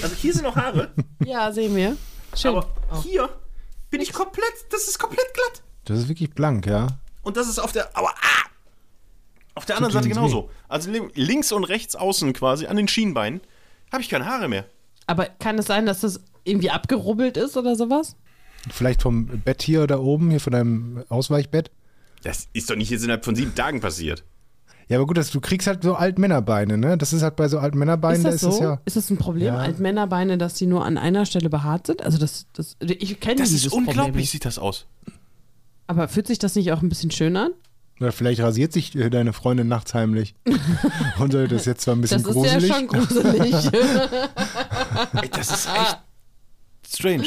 Speaker 1: Also hier sind noch Haare,
Speaker 3: Ja, sehen wir. Schön.
Speaker 1: aber hier bin ich komplett, das ist komplett glatt.
Speaker 2: Das ist wirklich blank, ja.
Speaker 1: Und das ist auf der, aber ah! Auf der anderen Seite
Speaker 2: dir
Speaker 1: genauso. Also li- links und rechts außen quasi, an den Schienbeinen, habe ich keine Haare mehr.
Speaker 3: Aber kann es sein, dass das irgendwie abgerubbelt ist oder sowas?
Speaker 2: Vielleicht vom Bett hier da oben, hier von deinem Ausweichbett.
Speaker 1: Das ist doch nicht jetzt innerhalb von sieben Tagen passiert.
Speaker 2: Ja, aber gut, dass du kriegst halt so Altmännerbeine, ne? Das ist halt bei so Altmännerbeinen,
Speaker 3: Ist
Speaker 2: da
Speaker 3: das
Speaker 2: ist
Speaker 3: so?
Speaker 2: es ja.
Speaker 3: Ist das ein Problem?
Speaker 2: Ja.
Speaker 3: Als Männerbeine, dass die nur an einer Stelle behaart sind? Also das, das ich kenne
Speaker 1: Das
Speaker 3: dieses
Speaker 1: ist unglaublich,
Speaker 3: Problem nicht.
Speaker 1: sieht das aus.
Speaker 3: Aber fühlt sich das nicht auch ein bisschen schön an?
Speaker 2: Oder vielleicht rasiert sich äh, deine Freundin nachts heimlich. Und äh, das ist jetzt zwar ein bisschen
Speaker 3: Das ist
Speaker 2: gruselig.
Speaker 3: ja schon gruselig.
Speaker 1: Ey, das ist echt strange.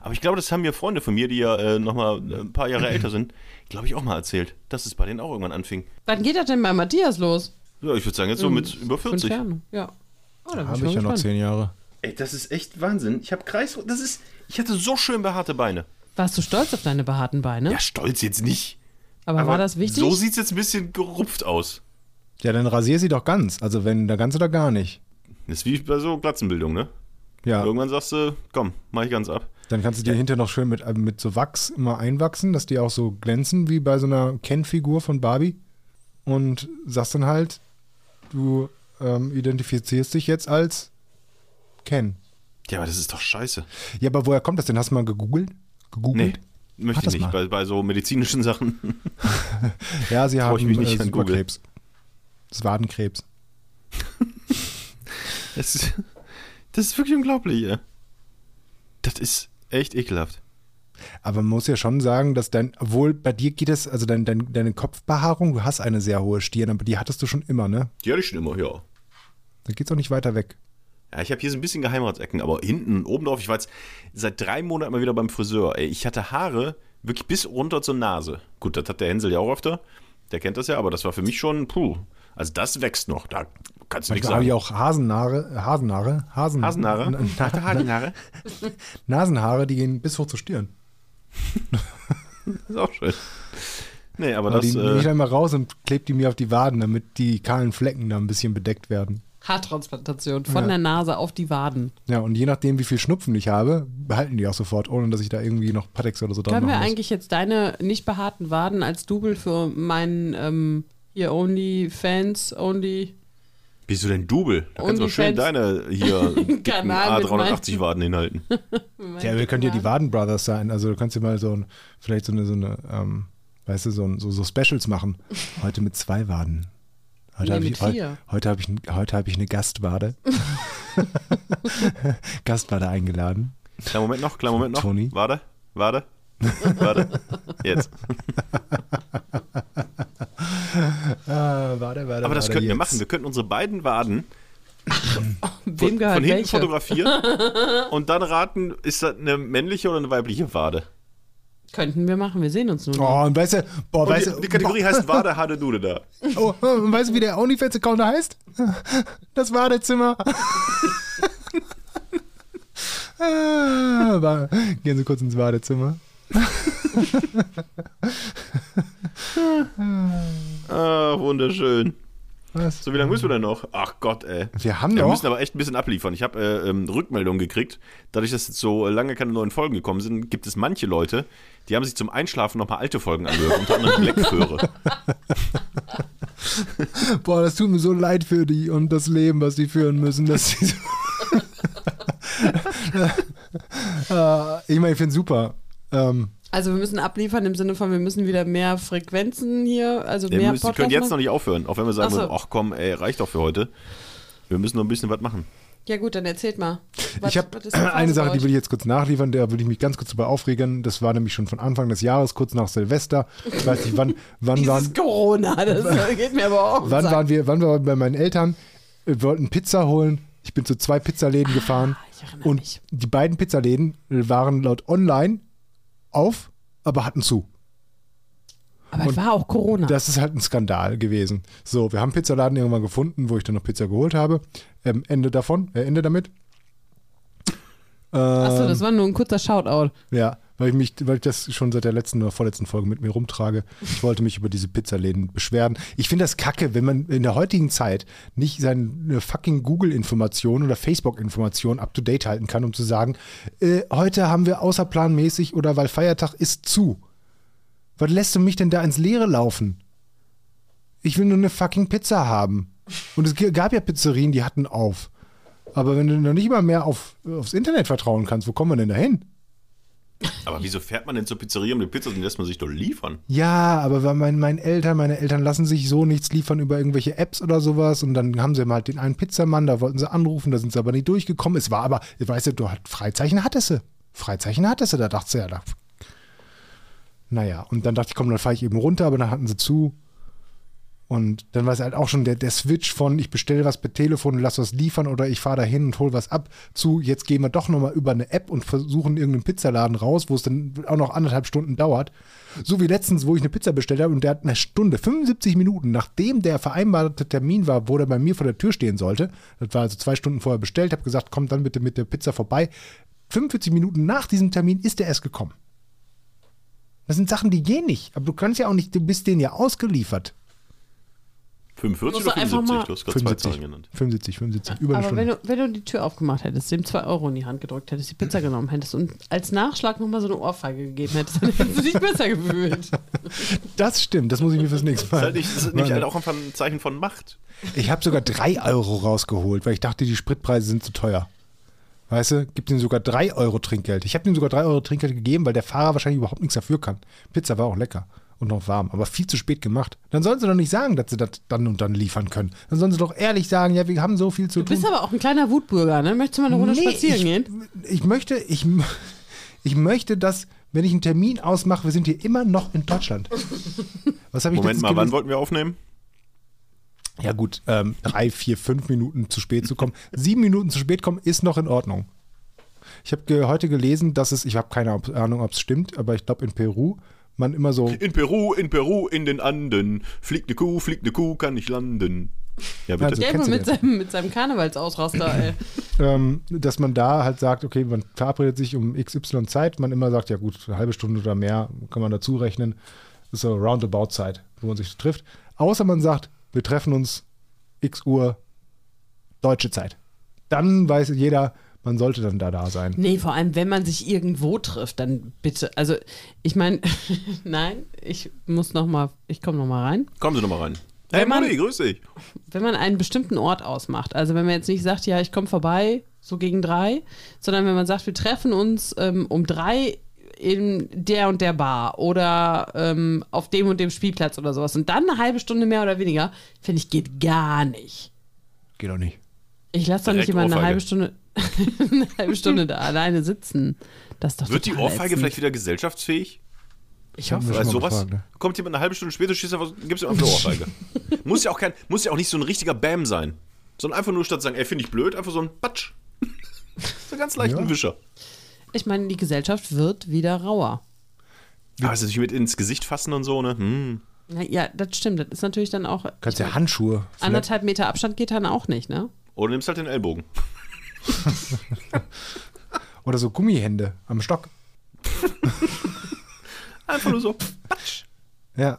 Speaker 1: Aber ich glaube, das haben mir Freunde von mir, die ja äh, nochmal ein paar Jahre älter sind, glaube ich, auch mal erzählt, dass es bei denen auch irgendwann anfing.
Speaker 3: Wann geht das denn bei Matthias los?
Speaker 1: Ja, ich würde sagen, jetzt so mit über
Speaker 3: Mhm. Fünf
Speaker 1: 40.
Speaker 3: Jahre. Ja. Oh, da bin
Speaker 2: Habe
Speaker 3: mal
Speaker 2: ich ja noch
Speaker 3: gespannt.
Speaker 2: zehn Jahre.
Speaker 1: Ey, das ist echt Wahnsinn. Ich habe Kreis. Das ist. Ich hatte so schön behaarte Beine.
Speaker 3: Warst du stolz auf deine behaarten Beine?
Speaker 1: Ja, stolz jetzt nicht.
Speaker 3: aber, war das wichtig?
Speaker 1: So sieht es jetzt ein bisschen gerupft aus.
Speaker 2: Ja, dann rasier sie doch ganz. Also wenn da ganz oder gar nicht.
Speaker 1: Das ist wie bei so Glatzenbildung, ne?
Speaker 2: Ja,
Speaker 1: Irgendwann sagst du, komm, mach ich ganz ab.
Speaker 2: dann kannst du die hinter noch schön mit, äh, mit so Wachs immer einwachsen, dass die auch so glänzen wie bei so einer Ken-Figur von Barbie. Und sagst dann halt, du ähm, identifizierst dich jetzt als Ken.
Speaker 1: Ja, aber das ist doch scheiße.
Speaker 3: Hm?
Speaker 2: Ja, aber woher kommt das denn? Hast du mal gegoogelt?
Speaker 1: Nee,
Speaker 2: Gegoogelt? Mach
Speaker 1: möchte
Speaker 2: das
Speaker 1: ich nicht.
Speaker 2: mal.
Speaker 1: Bei, bei so medizinischen Sachen.
Speaker 2: Ja, sie haben
Speaker 1: ich mich nicht
Speaker 2: äh,
Speaker 1: an Google.
Speaker 2: Superkrebs. Das ist Wadenkrebs.
Speaker 1: Das ist, das ist wirklich unglaublich, ey. Das ist echt ekelhaft.
Speaker 2: Aber man muss ja schon sagen, dass dein, obwohl bei dir geht es, also dein, dein, deine Kopfbehaarung, du hast eine sehr hohe Stirn, aber die hattest du schon immer, ne?
Speaker 1: Die hatte ich schon immer, ja.
Speaker 2: Da geht's auch nicht weiter weg.
Speaker 1: Ja, ich habe hier so ein bisschen Geheimratsecken, aber hinten, oben drauf, ich war jetzt seit drei Monaten mal wieder beim Friseur. Ey, ich hatte Haare wirklich bis runter zur Nase. Gut, das hat der Hänsel ja auch öfter. Der kennt das ja, aber das war für mich schon, puh. Also das wächst noch, da kannst du nichts
Speaker 2: Manchmal habe ich
Speaker 1: sagen.
Speaker 2: auch Hasenhaare, Hasenhaare, Hasen,
Speaker 1: Hasenhaare?
Speaker 2: Na,
Speaker 1: Hatte Hasenhaare?
Speaker 2: Nasenhaare, die gehen bis hoch zur Stirn.
Speaker 1: Das ist auch schön. Nee, aber,
Speaker 2: Aber
Speaker 1: das,
Speaker 2: die nehme ich
Speaker 1: äh,
Speaker 2: dann immer raus und klebe die mir auf die Waden, damit die kahlen Flecken da ein bisschen bedeckt werden.
Speaker 3: Haartransplantation von der Nase auf die Waden.
Speaker 2: Ja, und je nachdem, wie viel Schnupfen ich habe, behalten die auch sofort, ohne dass ich da irgendwie noch Patex oder so dran
Speaker 3: Können wir
Speaker 2: machen muss.
Speaker 3: eigentlich jetzt deine nicht behaarten Waden als Double für meinen ähm, hier Only Fans, Only.
Speaker 1: bist du denn Double? Da kannst du auch schön
Speaker 3: Onlyfans-
Speaker 1: deine hier dicken
Speaker 3: Kanal mit
Speaker 1: A380-Waden hinhalten.
Speaker 2: Ja, wir können ja die Waden Brothers sein. Also du kannst dir mal so ein, vielleicht so eine, so eine, ähm, weißt du, so, ein, so, so Specials machen. Heute mit zwei Waden. Heute
Speaker 3: Nee,
Speaker 2: habe ich,
Speaker 3: mit
Speaker 2: heu,
Speaker 3: vier.
Speaker 2: heute hab ich, heute hab ich eine Gastwade. Gastwade eingeladen.
Speaker 1: Kleinen Moment noch, kleinen Moment noch.
Speaker 2: Toni?
Speaker 1: Warte, warte, warte. Jetzt.
Speaker 2: Ah, wade, wade,
Speaker 1: Aber das könnten wir machen. Wir könnten unsere beiden Waden
Speaker 3: Wem
Speaker 1: von
Speaker 3: gehört
Speaker 1: hinten
Speaker 3: welche?
Speaker 1: fotografieren und dann raten, ist das eine männliche oder eine weibliche Wade?
Speaker 3: Könnten wir machen, wir sehen uns nur.
Speaker 2: Oh, und weißt du, boah,
Speaker 1: Und
Speaker 2: weißt
Speaker 1: die,
Speaker 2: du,
Speaker 1: die Kategorie heißt Wade, Hade, Dude da.
Speaker 2: oh, und weißt du, wie der OnlyFans-Account heißt? Das Badezimmer. Ah, wa- Gehen Sie kurz ins Badezimmer.
Speaker 1: Ah, wunderschön.
Speaker 2: Was?
Speaker 1: So, wie lange müssen wir denn noch? Ach Gott, ey.
Speaker 2: Wir haben
Speaker 1: Wir
Speaker 2: noch.
Speaker 1: müssen aber echt ein bisschen abliefern. Ich habe äh, ähm, Rückmeldungen gekriegt. Dadurch, dass jetzt so lange keine neuen Folgen gekommen sind, gibt es manche Leute, die haben sich zum Einschlafen nochmal alte Folgen angehört, unter anderem Blackföhre.
Speaker 2: Boah, das tut mir so leid für die und das Leben, was die führen müssen. Dass die so Äh, ich meine, ich finde es super. Ähm,
Speaker 3: Also wir müssen abliefern im Sinne von, wir müssen wieder mehr Frequenzen hier, also
Speaker 1: Wir
Speaker 3: mehr
Speaker 1: müssen, können
Speaker 3: Podcasts
Speaker 1: jetzt noch
Speaker 3: machen.
Speaker 1: nicht aufhören, auch wenn wir sagen
Speaker 3: Ach so.
Speaker 1: würden, ach komm, ey, reicht doch für heute. Wir müssen noch ein bisschen was machen.
Speaker 3: Ja gut, dann erzählt mal. Was-
Speaker 2: ich habe
Speaker 3: was ist denn
Speaker 2: eine
Speaker 3: Phase
Speaker 2: Sache,
Speaker 3: bei
Speaker 2: die
Speaker 3: euch?
Speaker 2: will ich jetzt kurz nachliefern, da will ich mich ganz kurz drüber aufregen. Das war nämlich schon von Anfang des Jahres, kurz nach Silvester. Ich weiß nicht, wann, wann
Speaker 3: Dieses
Speaker 2: waren.
Speaker 3: Corona, das geht mir aber auch. auf den
Speaker 2: Wann
Speaker 3: Sack.
Speaker 2: waren wir, wann waren wir bei meinen Eltern? Wir wollten Pizza holen. Ich bin zu zwei Pizzaläden gefahren.
Speaker 3: Ah, ich erinnere
Speaker 2: und
Speaker 3: mich.
Speaker 2: die beiden Pizzaläden waren laut online auf, aber hatten zu.
Speaker 3: aber es war auch Corona.
Speaker 2: Das ist halt ein Skandal gewesen. So, wir haben einen Pizzaladen irgendwann gefunden, wo ich dann noch Pizza geholt habe. Ähm, Ende davon, äh, Ende damit.
Speaker 3: Achso, das war nur ein kurzer Shoutout.
Speaker 2: Ja, weil ich mich, weil ich das schon seit der letzten oder vorletzten Folge mit mir rumtrage. Ich wollte mich über diese Pizzaläden beschweren. Ich finde das kacke, wenn man in der heutigen Zeit nicht seine fucking Google-Information oder Facebook-Information up to date halten kann, um zu sagen, äh, heute haben wir außerplanmäßig oder weil Feiertag ist zu. Was lässt du mich denn da ins Leere laufen? Ich will nur eine fucking Pizza haben. Und es g- gab ja Pizzerien, die hatten auf. Aber wenn du noch nicht mal mehr auf, aufs Internet vertrauen kannst, wo kommen wir denn da hin?
Speaker 1: Aber wieso fährt man denn zur Pizzeria um eine Pizza, die lässt man sich doch liefern?
Speaker 2: Ja, aber weil mein, mein Eltern, meine Eltern lassen sich so nichts liefern über irgendwelche Apps oder sowas und dann haben sie mal den einen Pizzamann, da wollten sie anrufen, da sind sie aber nicht durchgekommen. Es war aber, weißt du, du hat Freizeichen hattest du. Freizeichen hattest du, da dachte sie ja, da. Naja, und dann dachte ich, komm, dann fahre ich eben runter, aber dann hatten sie zu. Und dann war es halt auch schon der, der Switch von, ich bestelle was per Telefon und lass was liefern oder ich fahre da hin und hol was ab zu, jetzt gehen wir doch nochmal über eine App und versuchen irgendeinen Pizzaladen raus, wo es dann auch noch anderthalb Stunden dauert. So wie letztens, wo ich eine Pizza bestellt habe und der hat eine Stunde, 75 Minuten, nachdem der vereinbarte Termin war, wo der bei mir vor der Tür stehen sollte. Das war also zwei Stunden vorher bestellt, habe gesagt, kommt dann bitte mit der Pizza vorbei. 45 Minuten nach diesem Termin ist er erst gekommen. Das sind Sachen, die gehen nicht. Aber du kannst ja auch nicht, du bist denen ja ausgeliefert.
Speaker 1: 45
Speaker 3: Musst
Speaker 1: oder
Speaker 3: du einfach
Speaker 1: 75?
Speaker 3: mal-
Speaker 1: Du hast gerade zwei
Speaker 2: 75,
Speaker 1: Zahlen genannt.
Speaker 2: 75, 75, über eine
Speaker 3: Aber
Speaker 2: Stunde.
Speaker 3: wenn du, wenn du die Tür aufgemacht hättest, dem 2 Euro in die Hand gedrückt hättest, die Pizza genommen hättest und als Nachschlag nochmal so eine Ohrfeige gegeben hättest, dann hättest du dich besser gefühlt.
Speaker 2: das stimmt, das muss ich mir fürs nächste
Speaker 1: Das ist
Speaker 2: Mal.
Speaker 1: halt nicht, das ist nämlich halt auch einfach ein Zeichen von Macht.
Speaker 2: Ich habe sogar 3 Euro rausgeholt, weil ich dachte, die Spritpreise sind zu teuer. Weißt du, gibt ihm sogar 3 Euro Trinkgeld. Ich habe ihm sogar 3 Euro Trinkgeld gegeben, weil der Fahrer wahrscheinlich überhaupt nichts dafür kann. Pizza war auch lecker und noch warm, aber viel zu spät gemacht. Dann sollen sie doch nicht sagen, dass sie das dann und dann liefern können. Dann sollen sie doch ehrlich sagen, ja, wir haben so viel zu
Speaker 3: Du bist
Speaker 2: tun.
Speaker 3: aber auch ein kleiner Wutbürger, ne? Möchtest du mal eine Runde spazieren
Speaker 2: ich,
Speaker 3: gehen?
Speaker 2: Ich möchte, ich, m- ich möchte, dass, wenn ich einen Termin ausmache, wir sind hier immer noch in Deutschland. Was habe ich
Speaker 1: Moment
Speaker 2: letztens
Speaker 1: mal, wann
Speaker 2: gelesen?
Speaker 1: wollten wir aufnehmen?
Speaker 2: Ja gut, ähm, drei, vier, fünf Minuten zu spät zu kommen. Sieben Minuten zu spät kommen ist noch in Ordnung. Ich habe ge heute gelesen, dass es, ich habe keine Ob- Ahnung, ob es stimmt, aber ich glaube in Peru man immer so,
Speaker 1: In Peru, in Peru, in den Anden. Fliegt eine Kuh, fliegt eine Kuh, kann nicht landen. Ja, bitte.
Speaker 2: Also-
Speaker 3: Der immer
Speaker 2: kennst du
Speaker 3: mit
Speaker 2: den?
Speaker 3: seinem, mit seinem Karnevalsausraster, ey.
Speaker 2: ähm, dass man da halt sagt, okay, man verabredet sich um XY Zeit, man immer sagt, ja gut, eine halbe Stunde oder mehr kann man dazu rechnen. Ist so roundabout Zeit, wo man sich trifft. Außer man sagt, wir treffen uns x Uhr deutsche Zeit. Dann weiß jeder, man sollte dann da da sein.
Speaker 3: Nee, vor allem, wenn man sich irgendwo trifft, dann bitte. Also, ich meine, nein, ich muss nochmal, ich komme nochmal rein.
Speaker 1: Kommen Sie doch mal rein. Hey,
Speaker 3: Wenn man-
Speaker 1: Moni, grüß dich.
Speaker 3: Wenn man einen bestimmten Ort ausmacht, also wenn man jetzt nicht sagt, ja, ich komme vorbei, so gegen drei, sondern wenn man sagt, wir treffen uns ähm, um drei in der und der Bar oder ähm, auf dem und dem Spielplatz oder sowas und dann eine halbe Stunde mehr oder weniger, finde ich, geht gar nicht.
Speaker 2: Geht auch nicht.
Speaker 3: Ich lasse doch
Speaker 1: Direkt
Speaker 3: nicht jemanden eine
Speaker 1: Ohrfeige.
Speaker 3: halbe Stunde, eine halbe Stunde da alleine sitzen. Das ist doch
Speaker 1: Wird die
Speaker 3: total
Speaker 1: Ohrfeige
Speaker 3: ätzend.
Speaker 1: vielleicht wieder gesellschaftsfähig?
Speaker 3: Ich hoffe.
Speaker 2: Haben wir
Speaker 1: Weil
Speaker 2: schon mal
Speaker 1: sowas
Speaker 2: gefragt, ne?
Speaker 1: kommt jemand eine halbe Stunde später, schießt einfach, gibst du einfach eine Ohrfeige. muss ja auch kein, muss ja auch nicht so ein richtiger Bam sein. Sondern einfach nur statt sagen, ey, finde ich blöd, einfach so ein Patsch. so ganz leichten
Speaker 2: Ja.
Speaker 1: Wischer.
Speaker 3: Ich meine, die Gesellschaft wird wieder rauer.
Speaker 1: Aber es Ah, ist sich mit ins Gesicht fassen und so, ne? Hm.
Speaker 3: Na, ja, das stimmt. Das ist natürlich dann auch.
Speaker 2: Kannst ja Handschuhe. Vielleicht
Speaker 3: Anderthalb Meter Abstand geht dann auch nicht, ne?
Speaker 1: Oder nimmst halt den Ellbogen.
Speaker 2: Oder so Gummihände am Stock.
Speaker 1: Einfach nur so.
Speaker 2: Ja.